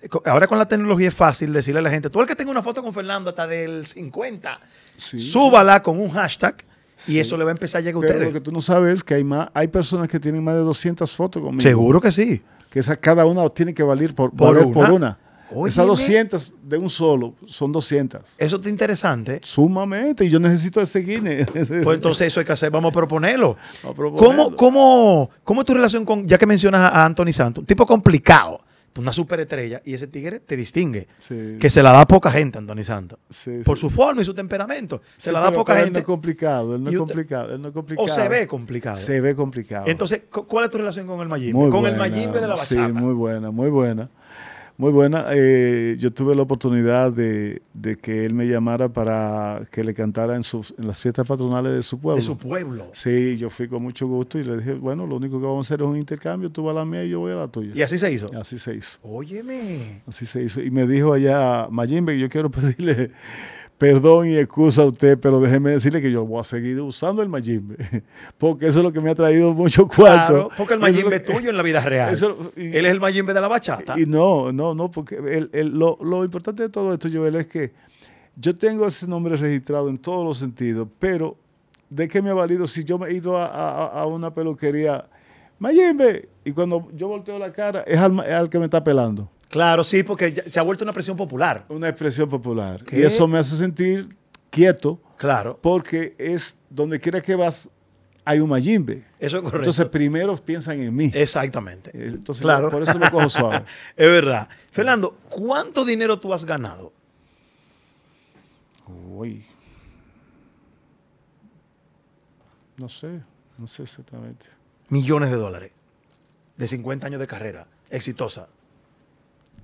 Speaker 1: ¿eh? Co- Ahora con la tecnología es fácil decirle a la gente, tú el que tenga una foto con Fernando hasta del 50,
Speaker 2: Sí.
Speaker 1: súbala con un hashtag y
Speaker 2: Sí.
Speaker 1: eso le va a empezar a llegar a
Speaker 2: Pero lo que
Speaker 1: ustedes.
Speaker 2: tú no sabes es que hay, más, hay personas que tienen más de 200 fotos conmigo.
Speaker 1: Seguro que sí.
Speaker 2: Que esa, cada una tiene que valer por,
Speaker 1: Por
Speaker 2: valer por
Speaker 1: una.
Speaker 2: una. Esas
Speaker 1: Óyeme.
Speaker 2: 200 de un solo son 200.
Speaker 1: Eso está interesante.
Speaker 2: Sumamente, y yo necesito ese Guinness. <laughs>
Speaker 1: Pues entonces eso hay que hacer, vamos a proponerlo.
Speaker 2: A proponerlo.
Speaker 1: ¿Cómo, cómo, ¿Cómo es tu relación con, ya que mencionas a- a Anthony Santos, un tipo complicado, una superestrella, y ese tigre te distingue,
Speaker 2: Sí,
Speaker 1: que se la da a poca gente, Anthony Santos,
Speaker 2: sí,
Speaker 1: por
Speaker 2: sí.
Speaker 1: su forma y su temperamento, se
Speaker 2: Sí,
Speaker 1: la da a
Speaker 2: pero-
Speaker 1: poca
Speaker 2: pero Él no
Speaker 1: gente
Speaker 2: es complicado, él no
Speaker 1: Y
Speaker 2: es
Speaker 1: usted-
Speaker 2: complicado, él no es complicado.
Speaker 1: o se ve complicado.
Speaker 2: Se ve complicado.
Speaker 1: Entonces, cu- ¿cuál es tu relación con el Mayimbe?
Speaker 2: Muy
Speaker 1: Con el
Speaker 2: buena,
Speaker 1: Mayimbe de la
Speaker 2: Sí,
Speaker 1: bachata.
Speaker 2: muy buena, muy buena. Muy buena. Eh, yo tuve la oportunidad de, de que él me llamara para que le cantara en, sus, en las fiestas patronales de su pueblo.
Speaker 1: de su pueblo.
Speaker 2: Sí, yo fui con mucho gusto y le dije, bueno, lo único que vamos a hacer es un intercambio, tú vas a la mía y yo voy a la tuya.
Speaker 1: Y así se hizo.
Speaker 2: Así se hizo.
Speaker 1: Óyeme.
Speaker 2: Así se hizo. Y me dijo allá, Mayimbe, yo quiero <laughs> pedirle perdón y excusa a usted, pero déjeme decirle que yo voy a seguir usando el Mayimbe, <laughs> porque eso es lo que me ha traído mucho cuarto.
Speaker 1: Claro, porque el
Speaker 2: Eso es lo
Speaker 1: Mayimbe es
Speaker 2: que-
Speaker 1: tuyo en la vida real.
Speaker 2: <laughs> eso- y-
Speaker 1: Él es el Mayimbe de la bachata.
Speaker 2: y no, no, no, porque el- el- lo, lo importante de todo esto, Joel, es que yo tengo ese nombre registrado en todos los sentidos, pero ¿de qué me ha valido si yo me he ido a, a- a una peluquería? Mayimbe, y cuando yo volteo la cara, es al, es al que me está pelando.
Speaker 1: Claro, sí, porque ya- se ha vuelto una presión popular.
Speaker 2: Una expresión popular.
Speaker 1: ¿Qué?
Speaker 2: Y eso me hace sentir quieto
Speaker 1: Claro,
Speaker 2: porque es donde quiera que vas hay un mayimbe.
Speaker 1: eso es correcto.
Speaker 2: Entonces primero piensan en mí. Eh.
Speaker 1: Exactamente.
Speaker 2: Entonces
Speaker 1: claro.
Speaker 2: por eso
Speaker 1: <laughs>
Speaker 2: lo cojo suave.
Speaker 1: Es verdad. Fernando, ¿cuánto dinero tú has ganado?
Speaker 2: Uy. No sé, no sé exactamente.
Speaker 1: Millones de dólares. De 50 años de carrera. Exitosa.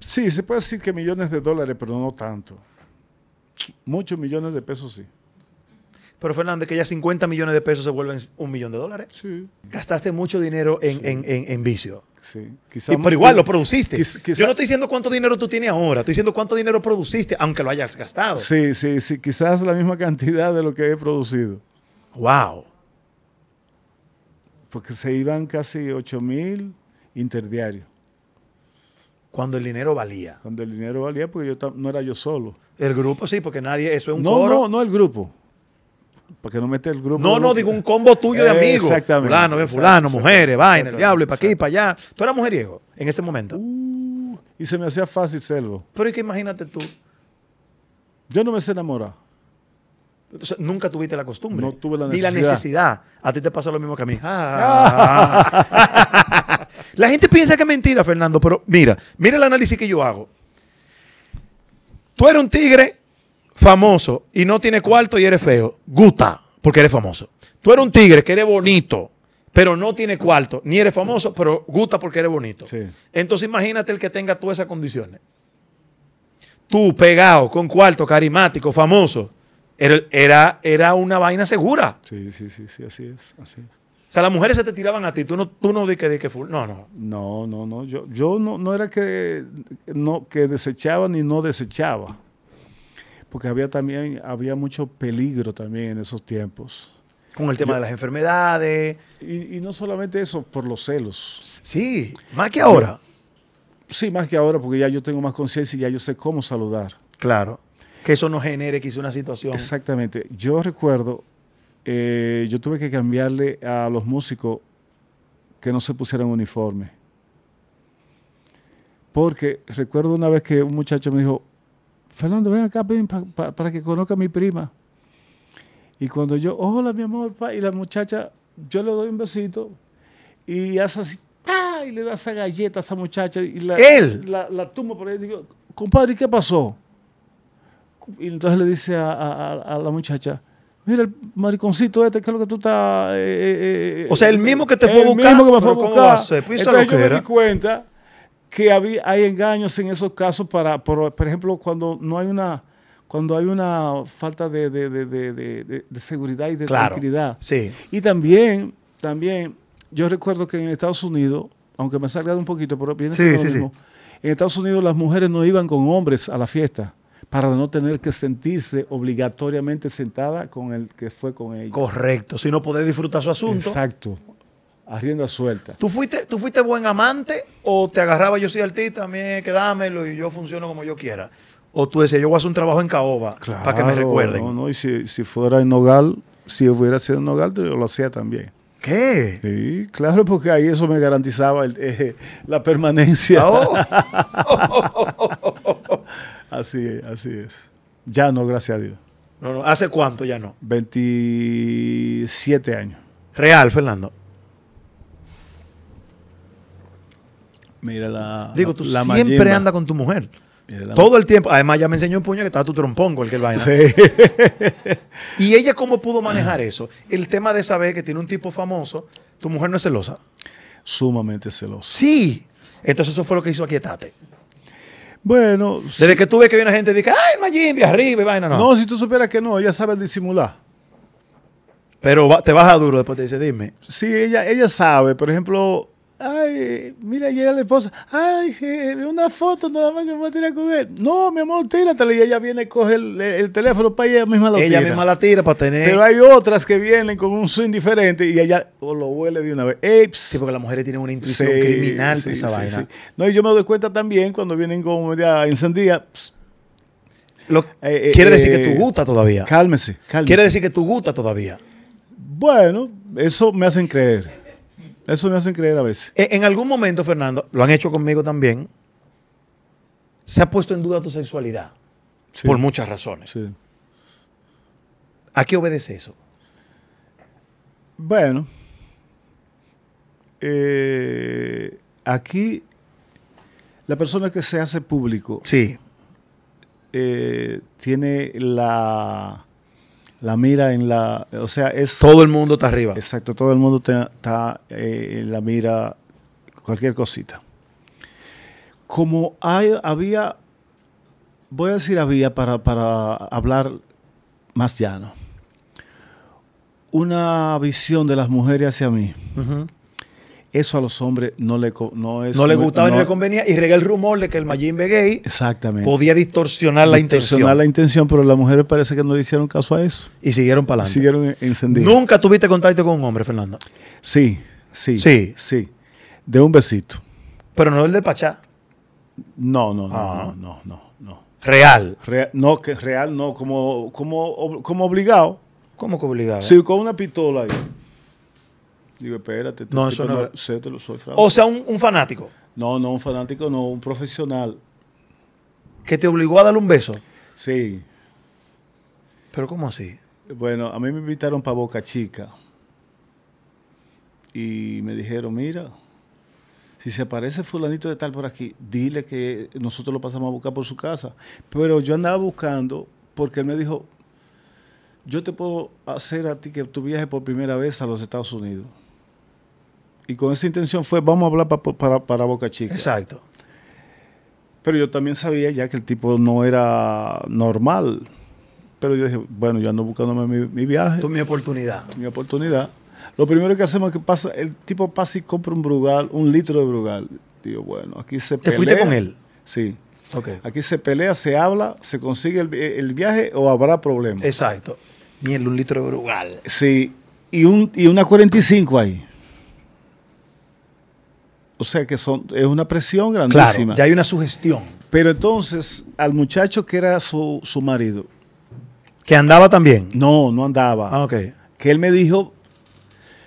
Speaker 2: Sí, se puede decir que millones de dólares, pero no tanto. Muchos millones de pesos, sí.
Speaker 1: Pero Fernández, que ya 50 millones de pesos se vuelven un millón de dólares.
Speaker 2: Sí.
Speaker 1: Gastaste mucho dinero en,
Speaker 2: Sí.
Speaker 1: en- en- en vicio.
Speaker 2: Sí.
Speaker 1: Y,
Speaker 2: Quizá
Speaker 1: pero igual lo produciste.
Speaker 2: quiz- quizá-
Speaker 1: Yo no estoy diciendo cuánto dinero tú tienes ahora, estoy diciendo cuánto dinero produciste, aunque lo hayas gastado.
Speaker 2: Sí, sí, sí. Quizás la misma cantidad de lo que he producido.
Speaker 1: Wow.
Speaker 2: Porque se iban casi 8 mil interdiarios.
Speaker 1: Cuando el dinero valía.
Speaker 2: Cuando el dinero valía, porque yo tam- no era yo solo.
Speaker 1: El grupo sí, porque nadie, eso es un
Speaker 2: no,
Speaker 1: coro.
Speaker 2: no, no el grupo. Porque no mete el grupo.
Speaker 1: No, no, digo un combo tuyo de
Speaker 2: Eh,
Speaker 1: amigos.
Speaker 2: exactamente.
Speaker 1: Fulano, ven,
Speaker 2: Exacto,
Speaker 1: fulano,
Speaker 2: exacto,
Speaker 1: mujeres, vaina, el
Speaker 2: exacto,
Speaker 1: diablo, y para aquí,
Speaker 2: exacto.
Speaker 1: para allá. Tú eras mujeriego en ese momento.
Speaker 2: <laughs> Uh, y se me hacía fácil serlo.
Speaker 1: Pero es que imagínate tú,
Speaker 2: Yo no me sé enamorar.
Speaker 1: o sea, nunca tuviste la costumbre.
Speaker 2: No tuve la
Speaker 1: Ni la
Speaker 2: necesidad.
Speaker 1: necesidad. A ti te pasó lo mismo que a mí.
Speaker 2: Ah.
Speaker 1: <laughs> la gente piensa que es mentira, Fernando, pero mira, mira el análisis que yo hago. Tú eres un tigre famoso y no tienes cuarto y eres feo. Guta, porque eres famoso. Tú eres un tigre que eres bonito, pero no tienes cuarto, ni eres famoso, pero gusta porque eres bonito.
Speaker 2: Sí.
Speaker 1: Entonces imagínate el que tenga todas esas condiciones. Tú, pegado, con cuarto, carismático, famoso, era, era, era una vaina segura.
Speaker 2: Sí, sí, sí, sí, así es, así es.
Speaker 1: O sea, las mujeres se te tiraban a ti. Tú no, tú no di que di que full. No, no.
Speaker 2: No, no, no. Yo, yo no, no era que, no, que desechaba ni no desechaba. Porque había también, había mucho peligro también en esos tiempos.
Speaker 1: Con el tema
Speaker 2: Yo-
Speaker 1: de las enfermedades.
Speaker 2: Y, y no solamente eso, por los celos.
Speaker 1: Sí, más que ahora.
Speaker 2: Sí, más que ahora, porque ya yo tengo más conciencia y ya yo sé cómo saludar.
Speaker 1: Claro. Que eso no genere quizá una situación.
Speaker 2: Exactamente. Yo recuerdo, eh, yo tuve que cambiarle a los músicos que no se pusieran uniforme. Porque recuerdo una vez que un muchacho me dijo, Fernando, ven acá, ven pa- pa- para que conozca a mi prima. Y cuando yo, hola mi amor, pa", y la muchacha, yo le doy un besito y hace así, ¡tá! y le da esa galleta a esa muchacha y la,
Speaker 1: Él.
Speaker 2: la, la tumba por ahí. Y digo, compadre, ¿y ¿qué pasó? Y entonces le dice a, a- a- a la muchacha, mira el mariconcito este, ¿qué es lo que tú estás...? eh, eh, eh,
Speaker 1: O sea, el mismo que te
Speaker 2: el
Speaker 1: fue a buscar,
Speaker 2: mismo que me
Speaker 1: pero
Speaker 2: fue a
Speaker 1: ¿cómo
Speaker 2: buscar.
Speaker 1: va a ser? Pues, eso es
Speaker 2: Entonces
Speaker 1: lo que
Speaker 2: yo me
Speaker 1: era.
Speaker 2: di cuenta que había, hay engaños en esos casos para, por, por ejemplo, cuando no hay una... Cuando hay una falta de, de- de- de- de- de- de seguridad y de
Speaker 1: Claro.
Speaker 2: tranquilidad.
Speaker 1: Sí.
Speaker 2: Y también, también, yo recuerdo que en Estados Unidos, aunque me salga de un poquito, pero viene
Speaker 1: Sí,
Speaker 2: siendo lo
Speaker 1: sí, sí.
Speaker 2: mismo, en Estados Unidos las mujeres no iban con hombres a la fiesta para no tener que sentirse obligatoriamente sentada con el que fue con ella.
Speaker 1: Correcto. Si no podés disfrutar su asunto.
Speaker 2: Exacto. Arrienda suelta.
Speaker 1: ¿Tú fuiste, ¿Tú fuiste buen amante o te agarraba yo soy artista, a mí es que dámelo y yo funciono como yo quiera? O tú decías, yo voy a hacer un trabajo en Caoba para que me
Speaker 2: Claro,
Speaker 1: recuerden.
Speaker 2: No, no, y si, si fuera en Nogal, si hubiera sido en Nogal, yo lo hacía también. <laughs>
Speaker 1: ¿Qué?
Speaker 2: Sí, claro, porque ahí eso me garantizaba el- <laughs> eh, la permanencia.
Speaker 1: Ah, oh.
Speaker 2: Así es, así es. Ya no, gracias a Dios.
Speaker 1: No, no, ¿hace cuánto ya no?
Speaker 2: 27 años.
Speaker 1: Real, Fernando.
Speaker 2: Mira la.
Speaker 1: Digo,
Speaker 2: la-
Speaker 1: tú
Speaker 2: la
Speaker 1: siempre
Speaker 2: mayimba.
Speaker 1: andas con tu mujer.
Speaker 2: Mira la-
Speaker 1: Todo el tiempo. Además, ya me enseñó un puño que estaba tu trompón con el que el vaina.
Speaker 2: Sí.
Speaker 1: ¿Y ella cómo pudo manejar eso? El tema de saber que tiene un tipo famoso, tu mujer no es celosa.
Speaker 2: Sumamente celoso.
Speaker 1: Sí. Entonces eso fue lo que hizo Aquietate.
Speaker 2: Bueno, Pues sí.
Speaker 1: Desde que tú ves que viene gente y dice, ay, Mayimbi, arriba y vaina, no.
Speaker 2: no, si tú supieras que no, ella sabe disimular.
Speaker 1: Pero va- te baja duro después te dice, dime.
Speaker 2: Sí, ella, ella sabe, por ejemplo, ay, mira, llega la esposa, ay, eh, una foto nada más que me voy a tirar con él. No, mi amor, tíratela. Y ella viene, coge el, el teléfono para ella misma lo
Speaker 1: ella
Speaker 2: tira.
Speaker 1: misma la tira para tener.
Speaker 2: Pero hay otras que vienen con un swing diferente y ella o lo huele de una vez. Ey, pss,
Speaker 1: Sí, porque las mujeres tienen una
Speaker 2: Sí,
Speaker 1: intuición criminal
Speaker 2: sí,
Speaker 1: con esa
Speaker 2: sí,
Speaker 1: vaina.
Speaker 2: sí. No, y yo me doy cuenta también cuando vienen como media encendida. pss,
Speaker 1: Lo-
Speaker 2: Eh, eh,
Speaker 1: quiere decir que
Speaker 2: eh,
Speaker 1: tú gusta todavía.
Speaker 2: cálmese, cálmese.
Speaker 1: Quiere decir que tú gusta todavía.
Speaker 2: Bueno, eso me hacen creer. Eso me hacen creer a veces.
Speaker 1: E- En algún momento, Fernando, lo han hecho conmigo también, se ha puesto en duda tu sexualidad
Speaker 2: Sí,
Speaker 1: por muchas razones.
Speaker 2: sí.
Speaker 1: ¿A qué obedece eso?
Speaker 2: Bueno, eh, aquí la persona que se hace público
Speaker 1: Sí.
Speaker 2: eh, tiene la, la mira en la... O sea, es...
Speaker 1: Todo el mundo está arriba.
Speaker 2: Exacto, todo el mundo te- está eh, en la mira, cualquier cosita. Como hay- había, voy a decir había para, para hablar más llano, una visión de las mujeres hacia mí.
Speaker 1: Ujú.
Speaker 2: Eso a los hombres no le, co- no es...
Speaker 1: No le gustaba ni
Speaker 2: no-
Speaker 1: le convenía y rega el rumor de que el Mayimbe gay
Speaker 2: Exactamente.
Speaker 1: podía distorsionar la intención.
Speaker 2: Distorsionar la intención, pero las mujeres parece que no le hicieron caso a eso.
Speaker 1: Y siguieron para adelante.
Speaker 2: Siguieron encendidas.
Speaker 1: Nunca tuviste contacto con un hombre, Fernando.
Speaker 2: Sí, sí,
Speaker 1: Sí.
Speaker 2: sí. De un besito.
Speaker 1: Pero no el del Pachá.
Speaker 2: No, no, no,
Speaker 1: Ah.
Speaker 2: no, no, no, no.
Speaker 1: Real.
Speaker 2: Real, no, que real no, como, como, ob- como obligado.
Speaker 1: ¿Cómo que obligado?
Speaker 2: Sí, con una pistola ahí. Digo, espérate, este
Speaker 1: No,
Speaker 2: tipo
Speaker 1: eso no era-
Speaker 2: sé, te lo soy franco.
Speaker 1: O sea, un, un fanático
Speaker 2: no, no, un fanático, no, un profesional.
Speaker 1: que te obligó a darle un beso.
Speaker 2: Sí.
Speaker 1: Pero ¿cómo así?
Speaker 2: Bueno, a mí me invitaron para Boca Chica. Y me dijeron, mira, si se aparece fulanito de tal por aquí, dile que nosotros lo pasamos a buscar por su casa. Pero yo andaba buscando porque él me dijo, yo te puedo hacer a ti que tú viajes por primera vez a los Estados Unidos. Y con esa intención fue, vamos a hablar pa- para, para Boca Chica.
Speaker 1: Exacto.
Speaker 2: Pero yo también sabía ya que el tipo no era normal. Pero yo dije, bueno, yo ando buscándome mi, mi viaje
Speaker 1: Esto es mi oportunidad.
Speaker 2: mi oportunidad. Lo primero que hacemos es que pasa, el tipo pasa y compra un brugal, un litro de brugal. Digo, bueno, aquí se
Speaker 1: ¿Te
Speaker 2: pelea.
Speaker 1: fuiste con él?
Speaker 2: Sí.
Speaker 1: Ok.
Speaker 2: Aquí se pelea, se habla, se consigue el, vi- el viaje o habrá problemas.
Speaker 1: Exacto. Miel, un litro de brugal.
Speaker 2: Sí. Y, un, y una 45 ahí. O sea que son, es una presión
Speaker 1: Claro,
Speaker 2: grandísima.
Speaker 1: ya hay una sugestión.
Speaker 2: Pero entonces, al muchacho que era su, su marido,
Speaker 1: Que andaba también.
Speaker 2: no, no andaba.
Speaker 1: Ah, ok.
Speaker 2: que él me dijo,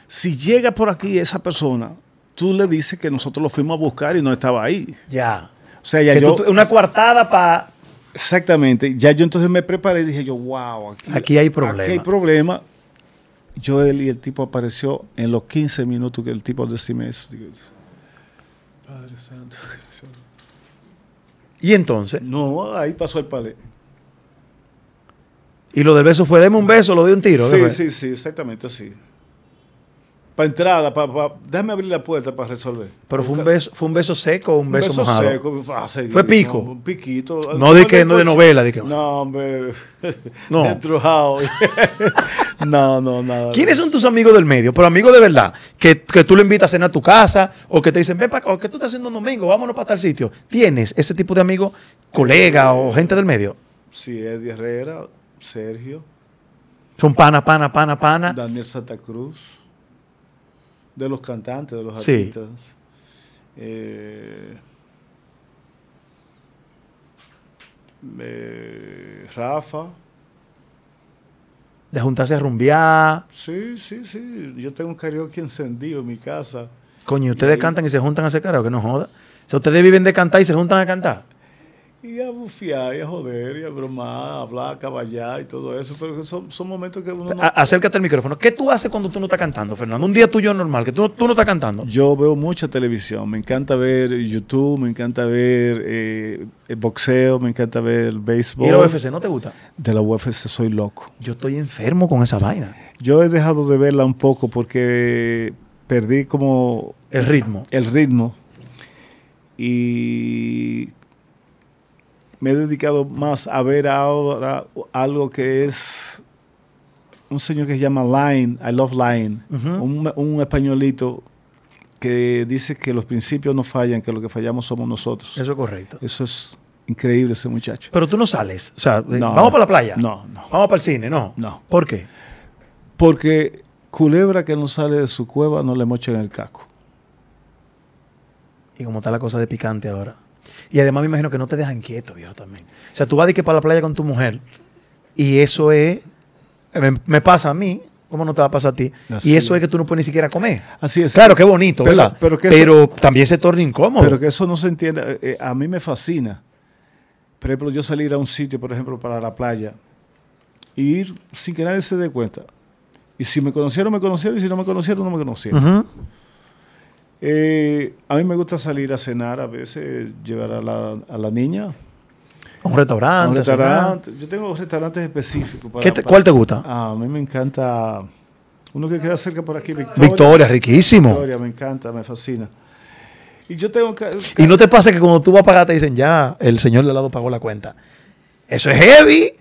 Speaker 2: si llega por aquí esa persona, tú le dices que nosotros lo fuimos a buscar y no estaba ahí.
Speaker 1: Ya.
Speaker 2: O sea, ya
Speaker 1: Que
Speaker 2: yo,
Speaker 1: tú- una coartada para...
Speaker 2: exactamente, ya yo entonces me preparé y dije yo, wow, aquí,
Speaker 1: Aquí hay problema.
Speaker 2: Aquí hay problema. Yo, él y el tipo apareció en los 15 minutos que el tipo decime eso. Digo, Padre Santo.
Speaker 1: Y entonces...
Speaker 2: No, ahí pasó el palé.
Speaker 1: Y lo del beso fue, deme un beso, lo doy un tiro. ¿qué
Speaker 2: Sí,
Speaker 1: fue?
Speaker 2: sí, sí, exactamente así. Para entrada, para, déjame abrir la puerta para resolver.
Speaker 1: Pero fue un beso, fue un beso seco o un beso, mojado.
Speaker 2: seco, ah, se-
Speaker 1: Fue pico.
Speaker 2: no, un piquito.
Speaker 1: No de
Speaker 2: Como
Speaker 1: que
Speaker 2: el
Speaker 1: no de
Speaker 2: coche.
Speaker 1: novela, de que
Speaker 2: No, hombre.
Speaker 1: <laughs> No.
Speaker 2: Destrujado. <laughs> no, no, nada.
Speaker 1: ¿Quiénes son tus amigos del medio? Pero amigos de verdad, que, que tú le invitas a cenar a tu casa o que te dicen, ven para acá, o que tú estás haciendo un domingo, vámonos para tal sitio. ¿Tienes ese tipo de amigos, colega o gente del medio?
Speaker 2: Sí, Eddie Herrera, Sergio,
Speaker 1: Son pana, pana, pana, pana.
Speaker 2: Daniel Santa Cruz. De los cantantes, de los
Speaker 1: Sí.
Speaker 2: artistas. Eh, eh, Rafa.
Speaker 1: De juntarse a rumbear.
Speaker 2: Sí, sí, sí. Yo tengo un karaoke encendido en mi casa.
Speaker 1: Coño, ustedes cantan y se juntan a hacer karaoke, no joda. O sea, ustedes viven de cantar y se juntan a cantar.
Speaker 2: Y a bufiar, y a joder, y a bromar, a hablar, a caballar y todo eso. Pero que son, son momentos que uno no...
Speaker 1: A- acércate al micrófono. ¿Qué tú haces cuando tú no estás cantando, Fernando? Un día tuyo normal, que tú, no- tú no estás cantando.
Speaker 2: Yo veo mucha televisión. Me encanta ver YouTube, me encanta ver eh, el boxeo, me encanta ver béisbol.
Speaker 1: Y la UFC, ¿no te gusta?
Speaker 2: De la UFC soy loco.
Speaker 1: Yo estoy enfermo con esa vaina.
Speaker 2: Yo he dejado de verla un poco porque perdí como
Speaker 1: El ritmo.
Speaker 2: el ritmo y me he dedicado más a ver ahora algo que es un señor que se llama Line, I Love Line,
Speaker 1: Ujú.
Speaker 2: un, un españolito que dice que los principios no fallan, que lo que fallamos somos nosotros. Eso,
Speaker 1: Eso es correcto.
Speaker 2: es increíble ese muchacho.
Speaker 1: Pero tú no sales. O sea, eh,
Speaker 2: No.
Speaker 1: vamos para la playa.
Speaker 2: No, no.
Speaker 1: Vamos para el cine, no.
Speaker 2: No.
Speaker 1: ¿Por qué?
Speaker 2: Porque culebra que no sale de su cueva no le mochan el caco.
Speaker 1: Y como está la cosa de picante ahora. Y además me imagino que no te dejan quieto, viejo, también. O sea, tú vas de que para la playa con tu mujer y eso es... Me, me pasa a mí, ¿cómo no te va a pasar a ti?
Speaker 2: Así
Speaker 1: y eso
Speaker 2: es.
Speaker 1: es que tú no puedes ni siquiera comer.
Speaker 2: Así es.
Speaker 1: Claro, qué bonito,
Speaker 2: Pero-
Speaker 1: ¿verdad?
Speaker 2: pero que eso-
Speaker 1: Pero también se torna incómodo.
Speaker 2: Pero que eso no se entienda. eh, eh, a mí me fascina. Por ejemplo, yo salir a un sitio, por ejemplo, para la playa, e ir sin que nadie se dé cuenta. Y si me conocieron, me conocieron, y si no me conocieron, no me conocieron.
Speaker 1: Ujú.
Speaker 2: Eh, a mí me gusta salir a cenar, a veces llevar a la, a la niña.
Speaker 1: Un restaurante.
Speaker 2: Un
Speaker 1: o sea,
Speaker 2: restaurante. Yo tengo restaurantes específicos. para-
Speaker 1: ¿Qué te-
Speaker 2: para-
Speaker 1: ¿Cuál te gusta?
Speaker 2: Ah, a mí me encanta uno que queda cerca por aquí, Victoria.
Speaker 1: Victoria, riquísimo.
Speaker 2: Victoria, me encanta, me fascina. Y yo tengo ca-
Speaker 1: Y no te pasa que cuando tú vas a pagar te dicen, ya, el señor de al lado pagó la cuenta. Eso es heavy.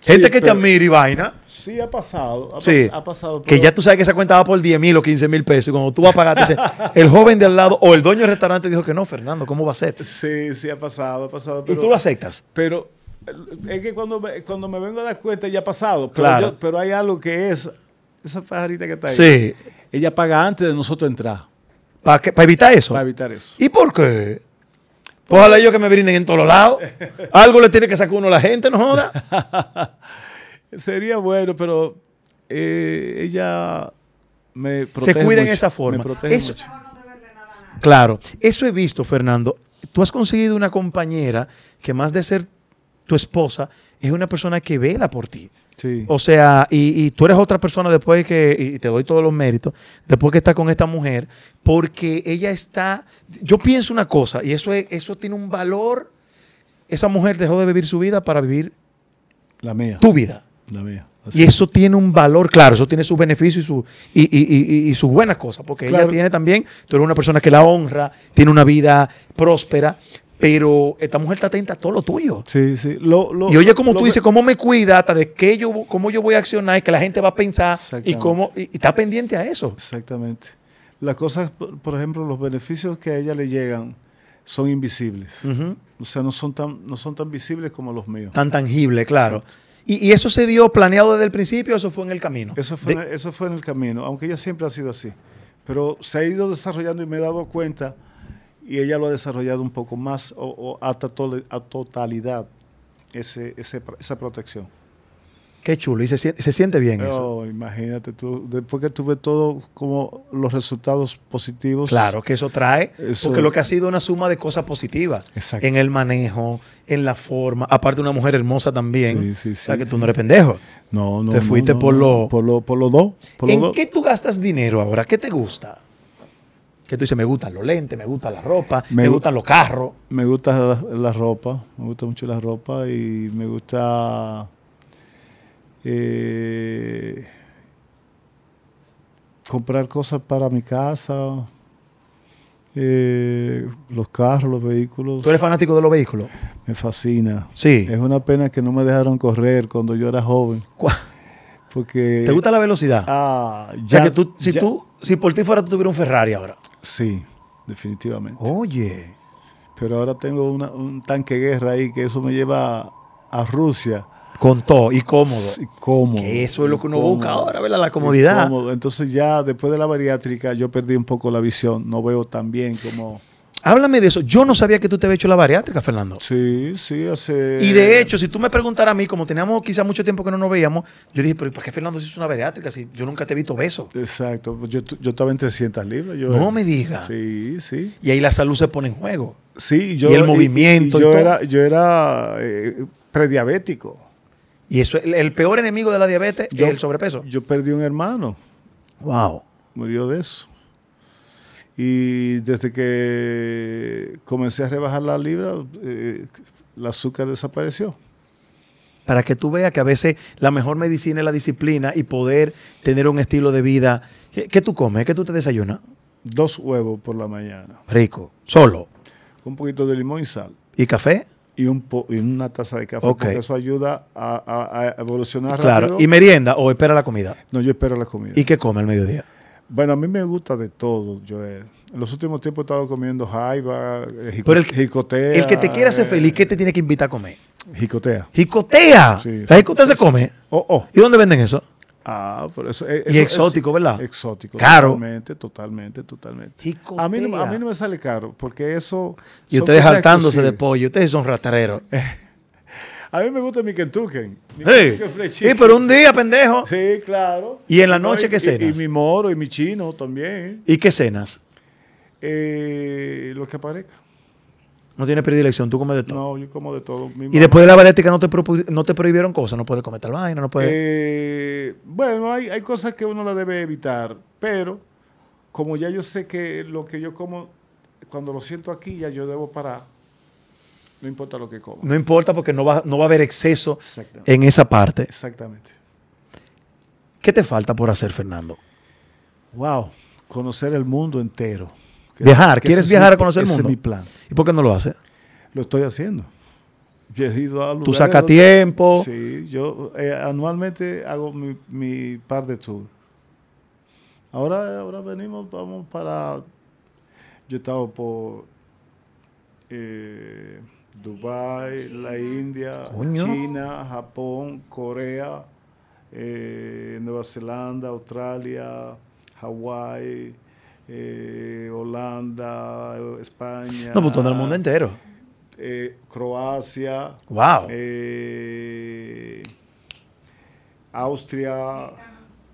Speaker 1: Gente que te
Speaker 2: pero-
Speaker 1: admira y vaina.
Speaker 2: Sí, ha pasado. Ha,
Speaker 1: Sí.
Speaker 2: pas- ha pasado.
Speaker 1: Que
Speaker 2: pero-
Speaker 1: ya tú sabes que esa cuenta va por 10 mil o 15 mil pesos. Y cuando tú vas a pagar,
Speaker 2: <laughs>
Speaker 1: te dicen, el joven de al lado o el dueño del restaurante dijo que no, Fernando, ¿cómo va a ser?
Speaker 2: Sí, sí, ha pasado, ha
Speaker 1: Y
Speaker 2: pasado. Pero,
Speaker 1: tú lo aceptas.
Speaker 2: pero eh, es que cuando me, cuando me vengo a dar cuenta ya ha pasado. Pero,
Speaker 1: Claro.
Speaker 2: yo- pero hay algo que es. Esa pajarita que está ahí.
Speaker 1: Sí.
Speaker 2: Ella paga antes de nosotros entrar.
Speaker 1: ¿Para evitar eso?
Speaker 2: Para evitar eso.
Speaker 1: ¿Y por qué? Pues ojalá ellos que me brinden en todos
Speaker 2: <laughs>
Speaker 1: lados. Algo le tiene que sacar uno a la gente, no joda.
Speaker 2: Sería bueno, pero eh, ella me
Speaker 1: Se
Speaker 2: protege.
Speaker 1: cuida en
Speaker 2: mucho,
Speaker 1: esa forma.
Speaker 2: Me protege
Speaker 1: Eso-
Speaker 2: mucho.
Speaker 1: Claro, eso he visto, Fernando. Tú has conseguido una compañera que más de ser tu esposa, es una persona que vela por ti.
Speaker 2: Sí.
Speaker 1: O sea, y, y tú eres otra persona después que, y te doy todos los méritos, después que estás con esta mujer, porque ella está, yo pienso una cosa, y eso, es- eso tiene un valor, esa mujer dejó de vivir su vida para vivir
Speaker 2: La mía.
Speaker 1: tu vida.
Speaker 2: La mía. Así.
Speaker 1: Y eso tiene un valor, claro, eso tiene sus beneficios y, su, y, y, y- y sus buenas cosas, porque
Speaker 2: Claro.
Speaker 1: ella tiene también, tú eres una persona que la honra, tiene una vida próspera, pero esta mujer está atenta a todo lo tuyo.
Speaker 2: Sí, sí. Lo- lo-
Speaker 1: Y oye, como
Speaker 2: lo
Speaker 1: tú
Speaker 2: ve-
Speaker 1: dices, cómo me cuida, hasta de qué yo, cómo yo voy a accionar y que la gente va a pensar y
Speaker 2: Exactamente.
Speaker 1: cómo, y, y está pendiente a eso.
Speaker 2: Exactamente. Las cosas, por por ejemplo, los beneficios que a ella le llegan son invisibles.
Speaker 1: Ujú.
Speaker 2: O sea, no son tan, no son tan visibles como los míos.
Speaker 1: Tan tangible, claro.
Speaker 2: Exacto.
Speaker 1: Y, y eso se dio planeado desde el principio, eso fue en el camino.
Speaker 2: Eso fue,
Speaker 1: De-
Speaker 2: en el- eso fue en el camino, aunque ella siempre ha sido así. Pero se ha ido desarrollando y me he dado cuenta y ella lo ha desarrollado un poco más o, o hasta tole- a totalidad ese, ese- esa protección.
Speaker 1: Qué chulo, y se, sien- se siente bien eso.
Speaker 2: Oh, imagínate tú, después que tuve todo como los resultados positivos.
Speaker 1: Claro, que eso trae,
Speaker 2: pues, Eso-
Speaker 1: porque lo que ha sido una suma de cosas positivas
Speaker 2: Exacto.
Speaker 1: en el manejo, en la forma, aparte una mujer hermosa también,
Speaker 2: Sí, sí,
Speaker 1: o sea
Speaker 2: sí,
Speaker 1: que tú no eres pendejo.
Speaker 2: No, no.
Speaker 1: Te
Speaker 2: no,
Speaker 1: fuiste
Speaker 2: no,
Speaker 1: por
Speaker 2: no,
Speaker 1: lo-
Speaker 2: Por lo, por lo dos. por lo
Speaker 1: ¿En
Speaker 2: dos.
Speaker 1: qué tú gastas dinero ahora? ¿Qué te gusta? Que tú dices, me gustan los lentes, me gusta la ropa, me,
Speaker 2: Me gu-
Speaker 1: gustan los carros.
Speaker 2: Me gusta la, la ropa, me gusta mucho la ropa y me gusta eh, comprar cosas para mi casa, eh, los carros, los vehículos.
Speaker 1: ¿Tú eres fanático de los vehículos?
Speaker 2: Me fascina.
Speaker 1: Sí.
Speaker 2: Es una pena que no me dejaron correr cuando yo era joven,
Speaker 1: ¿Cuá-
Speaker 2: porque
Speaker 1: ¿Te gusta la velocidad?
Speaker 2: Ah, ya
Speaker 1: O sea, que tú, si
Speaker 2: ya-
Speaker 1: tú, si por ti fuera, tú tuvieras un Ferrari ahora.
Speaker 2: sí, definitivamente.
Speaker 1: Oh. Oye.
Speaker 2: Pero ahora tengo una- un tanque de guerra ahí que eso me lleva a- a Rusia.
Speaker 1: Con todo y cómodo.
Speaker 2: Sí, cómodo.
Speaker 1: Que eso es lo que uno
Speaker 2: Cómodo.
Speaker 1: busca ahora, ¿verdad? La comodidad.
Speaker 2: Cómodo. Entonces ya después de la bariátrica yo perdí un poco la visión, no veo tan bien como...
Speaker 1: Háblame de eso. Yo no sabía que tú te habías hecho la bariátrica, Fernando.
Speaker 2: Sí, sí, hace...
Speaker 1: Y de hecho, si tú me preguntaras a mí, como teníamos quizá mucho tiempo que no nos veíamos, yo dije, pero ¿y ¿para qué Fernando se hizo una bariátrica si yo nunca te he visto beso?
Speaker 2: Exacto, pues yo, tu- yo estaba en 300 libras. Yo
Speaker 1: No me digas.
Speaker 2: Sí, sí.
Speaker 1: Y ahí la salud se pone en juego.
Speaker 2: Sí, yo...
Speaker 1: Y el movimiento y
Speaker 2: yo,
Speaker 1: todo.
Speaker 2: era, yo era eh, prediabético.
Speaker 1: Y eso, el, el peor enemigo de la diabetes
Speaker 2: Yo-
Speaker 1: es el sobrepeso.
Speaker 2: Yo perdí un hermano.
Speaker 1: Wow.
Speaker 2: murió de eso. Y desde que comencé a rebajar la libra, eh, el azúcar desapareció.
Speaker 1: Para que tú veas que a veces la mejor medicina es la disciplina y poder tener un estilo de vida. ¿Qué, qué tú comes? ¿Qué tú te desayunas?
Speaker 2: Dos huevos por la mañana,
Speaker 1: Rico. Solo.
Speaker 2: un poquito de limón y sal,
Speaker 1: ¿Y café?
Speaker 2: y, un po- y una taza de café,
Speaker 1: Ok.
Speaker 2: porque eso ayuda a, a- a evolucionar
Speaker 1: Claro.
Speaker 2: rápido.
Speaker 1: ¿Y merienda o espera la comida?
Speaker 2: no, yo espero la comida.
Speaker 1: ¿Y qué come al mediodía?
Speaker 2: bueno, a mí me gusta de todo, Joel. En los últimos tiempos he estado comiendo jaiba, eh, jico-
Speaker 1: Pero el-
Speaker 2: jicotea.
Speaker 1: El que te quiera hacer
Speaker 2: eh,
Speaker 1: feliz, ¿qué te tiene que invitar a comer?
Speaker 2: Jicotea.
Speaker 1: ¡Jicotea!
Speaker 2: Sí,
Speaker 1: ¿La
Speaker 2: sí,
Speaker 1: jicotea
Speaker 2: sí,
Speaker 1: se
Speaker 2: sí.
Speaker 1: come?
Speaker 2: Oh, oh.
Speaker 1: ¿Y dónde venden eso?
Speaker 2: Ah, por eso. eh,
Speaker 1: Y
Speaker 2: eso
Speaker 1: exótico, ¿verdad?
Speaker 2: Exótico.
Speaker 1: Caro.
Speaker 2: Totalmente, totalmente, totalmente.
Speaker 1: Jicotea.
Speaker 2: A mí, no, a mí no me sale caro, porque eso.
Speaker 1: Y
Speaker 2: son
Speaker 1: ustedes
Speaker 2: cosas
Speaker 1: saltándose de
Speaker 2: exclusivas.
Speaker 1: pollo. Ustedes son ratareros.
Speaker 2: A mí me gusta mi Kentucky. Mi
Speaker 1: <laughs> ¡Ey!
Speaker 2: Kentucky Fried
Speaker 1: Sí,
Speaker 2: Chicken.
Speaker 1: pero un día, pendejo.
Speaker 2: Sí, claro.
Speaker 1: ¿Y en la
Speaker 2: No,
Speaker 1: noche qué
Speaker 2: y-
Speaker 1: cenas?
Speaker 2: Y, mi moro y mi chino también.
Speaker 1: ¿Y qué cenas?
Speaker 2: Eh, lo que aparezca.
Speaker 1: No tienes predilección, tú comes de todo.
Speaker 2: No, yo como de todo. Mi
Speaker 1: Y
Speaker 2: mamá-
Speaker 1: después de la bariátrica no te, propu- no te prohibieron cosas, no puedes comer tal vaina, no puedes...
Speaker 2: Eh, bueno, hay, hay cosas que uno la debe evitar, pero como ya yo sé que lo que yo como, cuando lo siento aquí, ya yo debo parar. No importa lo que coma.
Speaker 1: No Eh. importa porque no va, no va a haber exceso
Speaker 2: Exactamente.
Speaker 1: en esa parte.
Speaker 2: Exactamente.
Speaker 1: ¿Qué te falta por hacer, Fernando?
Speaker 2: Wow, conocer el mundo entero. Que-
Speaker 1: Viajar,
Speaker 2: que
Speaker 1: ¿quieres
Speaker 2: ese es
Speaker 1: viajar
Speaker 2: mi-
Speaker 1: a conocer el
Speaker 2: ese
Speaker 1: mundo?
Speaker 2: es mi plan.
Speaker 1: ¿Y por qué no lo haces?
Speaker 2: Lo estoy haciendo. Yo he ido a
Speaker 1: Tú
Speaker 2: lugares
Speaker 1: sacas
Speaker 2: donde-
Speaker 1: tiempo.
Speaker 2: Sí, yo eh, anualmente hago mi, mi par de tour. Ahora, ahora venimos, vamos para. Yo he estado por eh, Dubai, la India,
Speaker 1: Coño.
Speaker 2: China, Japón, Corea, eh, Nueva Zelanda, Australia, Hawái, eh, Holanda, España.
Speaker 1: No, pues todo el
Speaker 2: ah.
Speaker 1: mundo entero.
Speaker 2: eh, Croacia.
Speaker 1: Wow.
Speaker 2: Eh, Austria,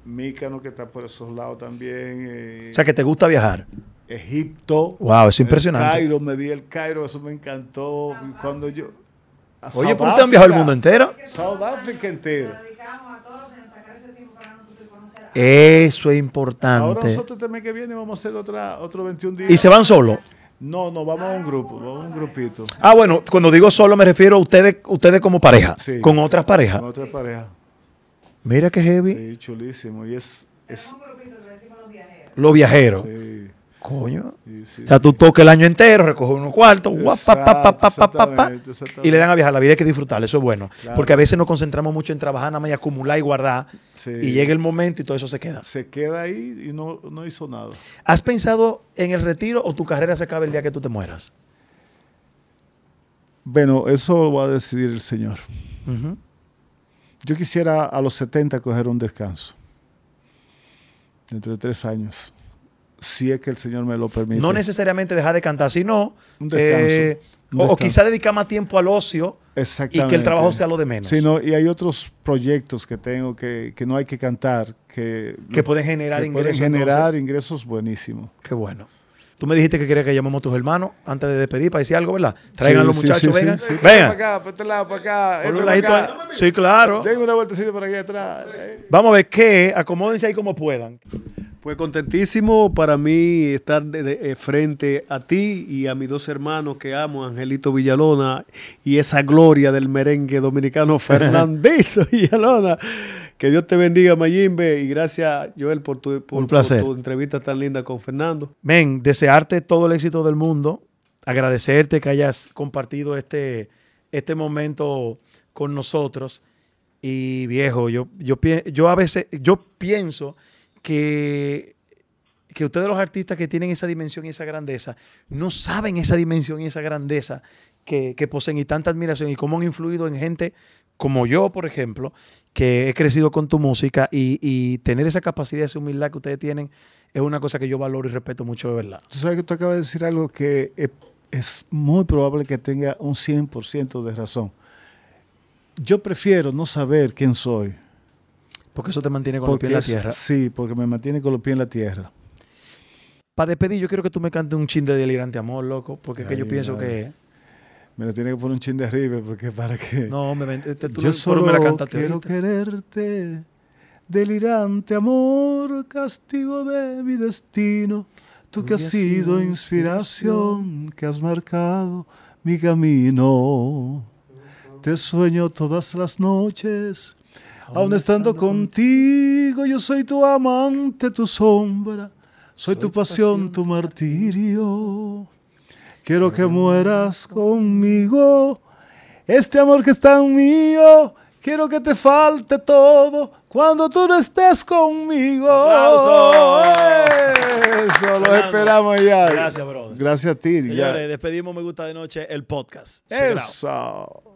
Speaker 2: Mícano, que está por esos lados también. eh,
Speaker 1: O sea, que te gusta viajar.
Speaker 2: Egipto.
Speaker 1: Wow, es
Speaker 2: el
Speaker 1: impresionante.
Speaker 2: Eh, Cairo, me di el Cairo, eso me encantó. Cuando yo. a
Speaker 1: Oye,
Speaker 2: South
Speaker 1: ¿por qué han viajado el
Speaker 2: Africa,
Speaker 1: mundo entero?
Speaker 2: South Africa entero.
Speaker 3: Dedicamos a todos en sacar ese tiempo para nosotros y conocer a-
Speaker 1: Eso es
Speaker 2: Ahora
Speaker 1: importante.
Speaker 2: nosotros también que viene vamos a hacer otra, otro 21 días.
Speaker 1: ¿Y se van solo?
Speaker 2: No, no, vamos a un grupo, vamos a un grupito.
Speaker 1: Ah, bueno, cuando digo solo me refiero a ustedes, ustedes como pareja,
Speaker 2: Sí.
Speaker 1: con otras parejas.
Speaker 2: Con otra pareja.
Speaker 1: Mira qué heavy.
Speaker 2: Sí, chulísimo. Y es. es
Speaker 3: un grupito que le decimos los viajeros.
Speaker 1: Los viajeros.
Speaker 2: sí,
Speaker 1: Coño.
Speaker 2: sí, sí,
Speaker 1: O sea, tú tocas el año entero, recoges unos cuartos, guapa, pa, pa, pa, pa, pa, pa,
Speaker 2: Exacto, exactamente,
Speaker 1: y le dan a viajar. La vida hay que disfrutar, eso es bueno.
Speaker 2: Claro.
Speaker 1: Porque a veces nos concentramos mucho en trabajar, nada más y acumular y guardar.
Speaker 2: Sí.
Speaker 1: Y llega el momento y todo eso se queda.
Speaker 2: se queda ahí y no, no hizo nada.
Speaker 1: ¿Has pensado en el retiro o tu carrera se acaba el día que tú te mueras?
Speaker 2: Bueno, eso lo va a decidir el Señor.
Speaker 1: Ujú.
Speaker 2: Yo quisiera a los 70 coger un descanso. Dentro de tres años. Si es que el Señor me lo permite.
Speaker 1: No necesariamente dejar de cantar, sino
Speaker 2: Un descanso,
Speaker 1: eh,
Speaker 2: un
Speaker 1: o- o,
Speaker 2: descanso.
Speaker 1: quizá dedicar más tiempo al ocio y
Speaker 2: Exactamente.
Speaker 1: que el trabajo sea lo de menos.
Speaker 2: Sí, no, y hay otros proyectos que tengo que, que no hay que cantar, que,
Speaker 1: que pueden generar
Speaker 2: que pueden
Speaker 1: ingresos.
Speaker 2: generar
Speaker 1: entonces.
Speaker 2: ingresos buenísimos.
Speaker 1: Qué bueno. Tú me dijiste que querías que llamemos a tus hermanos antes de despedir para decir algo, ¿verdad? Traigan a los
Speaker 2: sí,
Speaker 1: muchachos,
Speaker 2: sí, sí,
Speaker 1: vengan.
Speaker 2: sí.
Speaker 1: Vengan.
Speaker 2: acá, para este lado, para acá.
Speaker 1: Por un ladito ahí. Sí, claro.
Speaker 2: una vueltecita por aquí atrás.
Speaker 1: Vamos a ver qué. Acomódense ahí como puedan.
Speaker 4: Pues contentísimo para mí estar de- de- eh, frente a ti y a mis dos hermanos que amo, Angelito Villalona y esa gloria del merengue
Speaker 1: <laughs>
Speaker 4: dominicano, Fernandito Villalona. Que Dios te bendiga, Mayimbe, y gracias, Joel, por tu, por-
Speaker 1: Un placer.
Speaker 4: por tu entrevista tan linda con Fernando.
Speaker 1: Men, desearte todo el éxito del mundo, agradecerte que hayas compartido este, este momento con nosotros. Y viejo, yo, yo, pie- yo a veces, yo pienso que, que ustedes los artistas que tienen esa dimensión y esa grandeza, no saben esa dimensión y esa grandeza que, que poseen y tanta admiración y cómo han influido en gente como yo, por ejemplo, que he crecido con tu música y, y tener esa capacidad, esa humildad que ustedes tienen es una cosa que yo valoro y respeto mucho de verdad.
Speaker 2: Tú sabes que tú acabas de decir algo que eh, es muy probable que tenga un 100% de razón. Yo prefiero no saber quién soy.
Speaker 1: Porque eso te mantiene con los pies en la
Speaker 2: es-
Speaker 1: tierra.
Speaker 2: Sí, porque me mantiene con los pies en la tierra.
Speaker 1: Para despedir, yo quiero que tú me cantes un chin de delirante amor, loco. Porque es que yo
Speaker 2: Ay,
Speaker 1: pienso
Speaker 2: madre.
Speaker 1: que.
Speaker 2: Me lo tiene que poner un chin de arriba porque para que...
Speaker 1: No, me, ven- te- tú
Speaker 2: Yo
Speaker 1: no-
Speaker 2: solo
Speaker 1: pero me la cantaste
Speaker 2: quiero
Speaker 1: ahorita.
Speaker 2: quererte, delirante amor, castigo de mi destino. Tú que has sido inspiración, que has marcado mi camino. Te sueño todas las noches, aun estando contigo. Yo soy tu amante, tu sombra. Soy tu pasión, tu martirio. Quiero que mueras conmigo. Este amor que es tan mío, quiero que te falte todo cuando tú no estés conmigo.
Speaker 1: ¡Aplauso!
Speaker 2: Eso, los
Speaker 1: Fernando,
Speaker 2: esperamos ya.
Speaker 1: gracias, brother.
Speaker 2: Gracias a ti. ya.
Speaker 1: Señores, despedimos Me Gusta de Noche, el podcast. Check it out.
Speaker 2: Eso.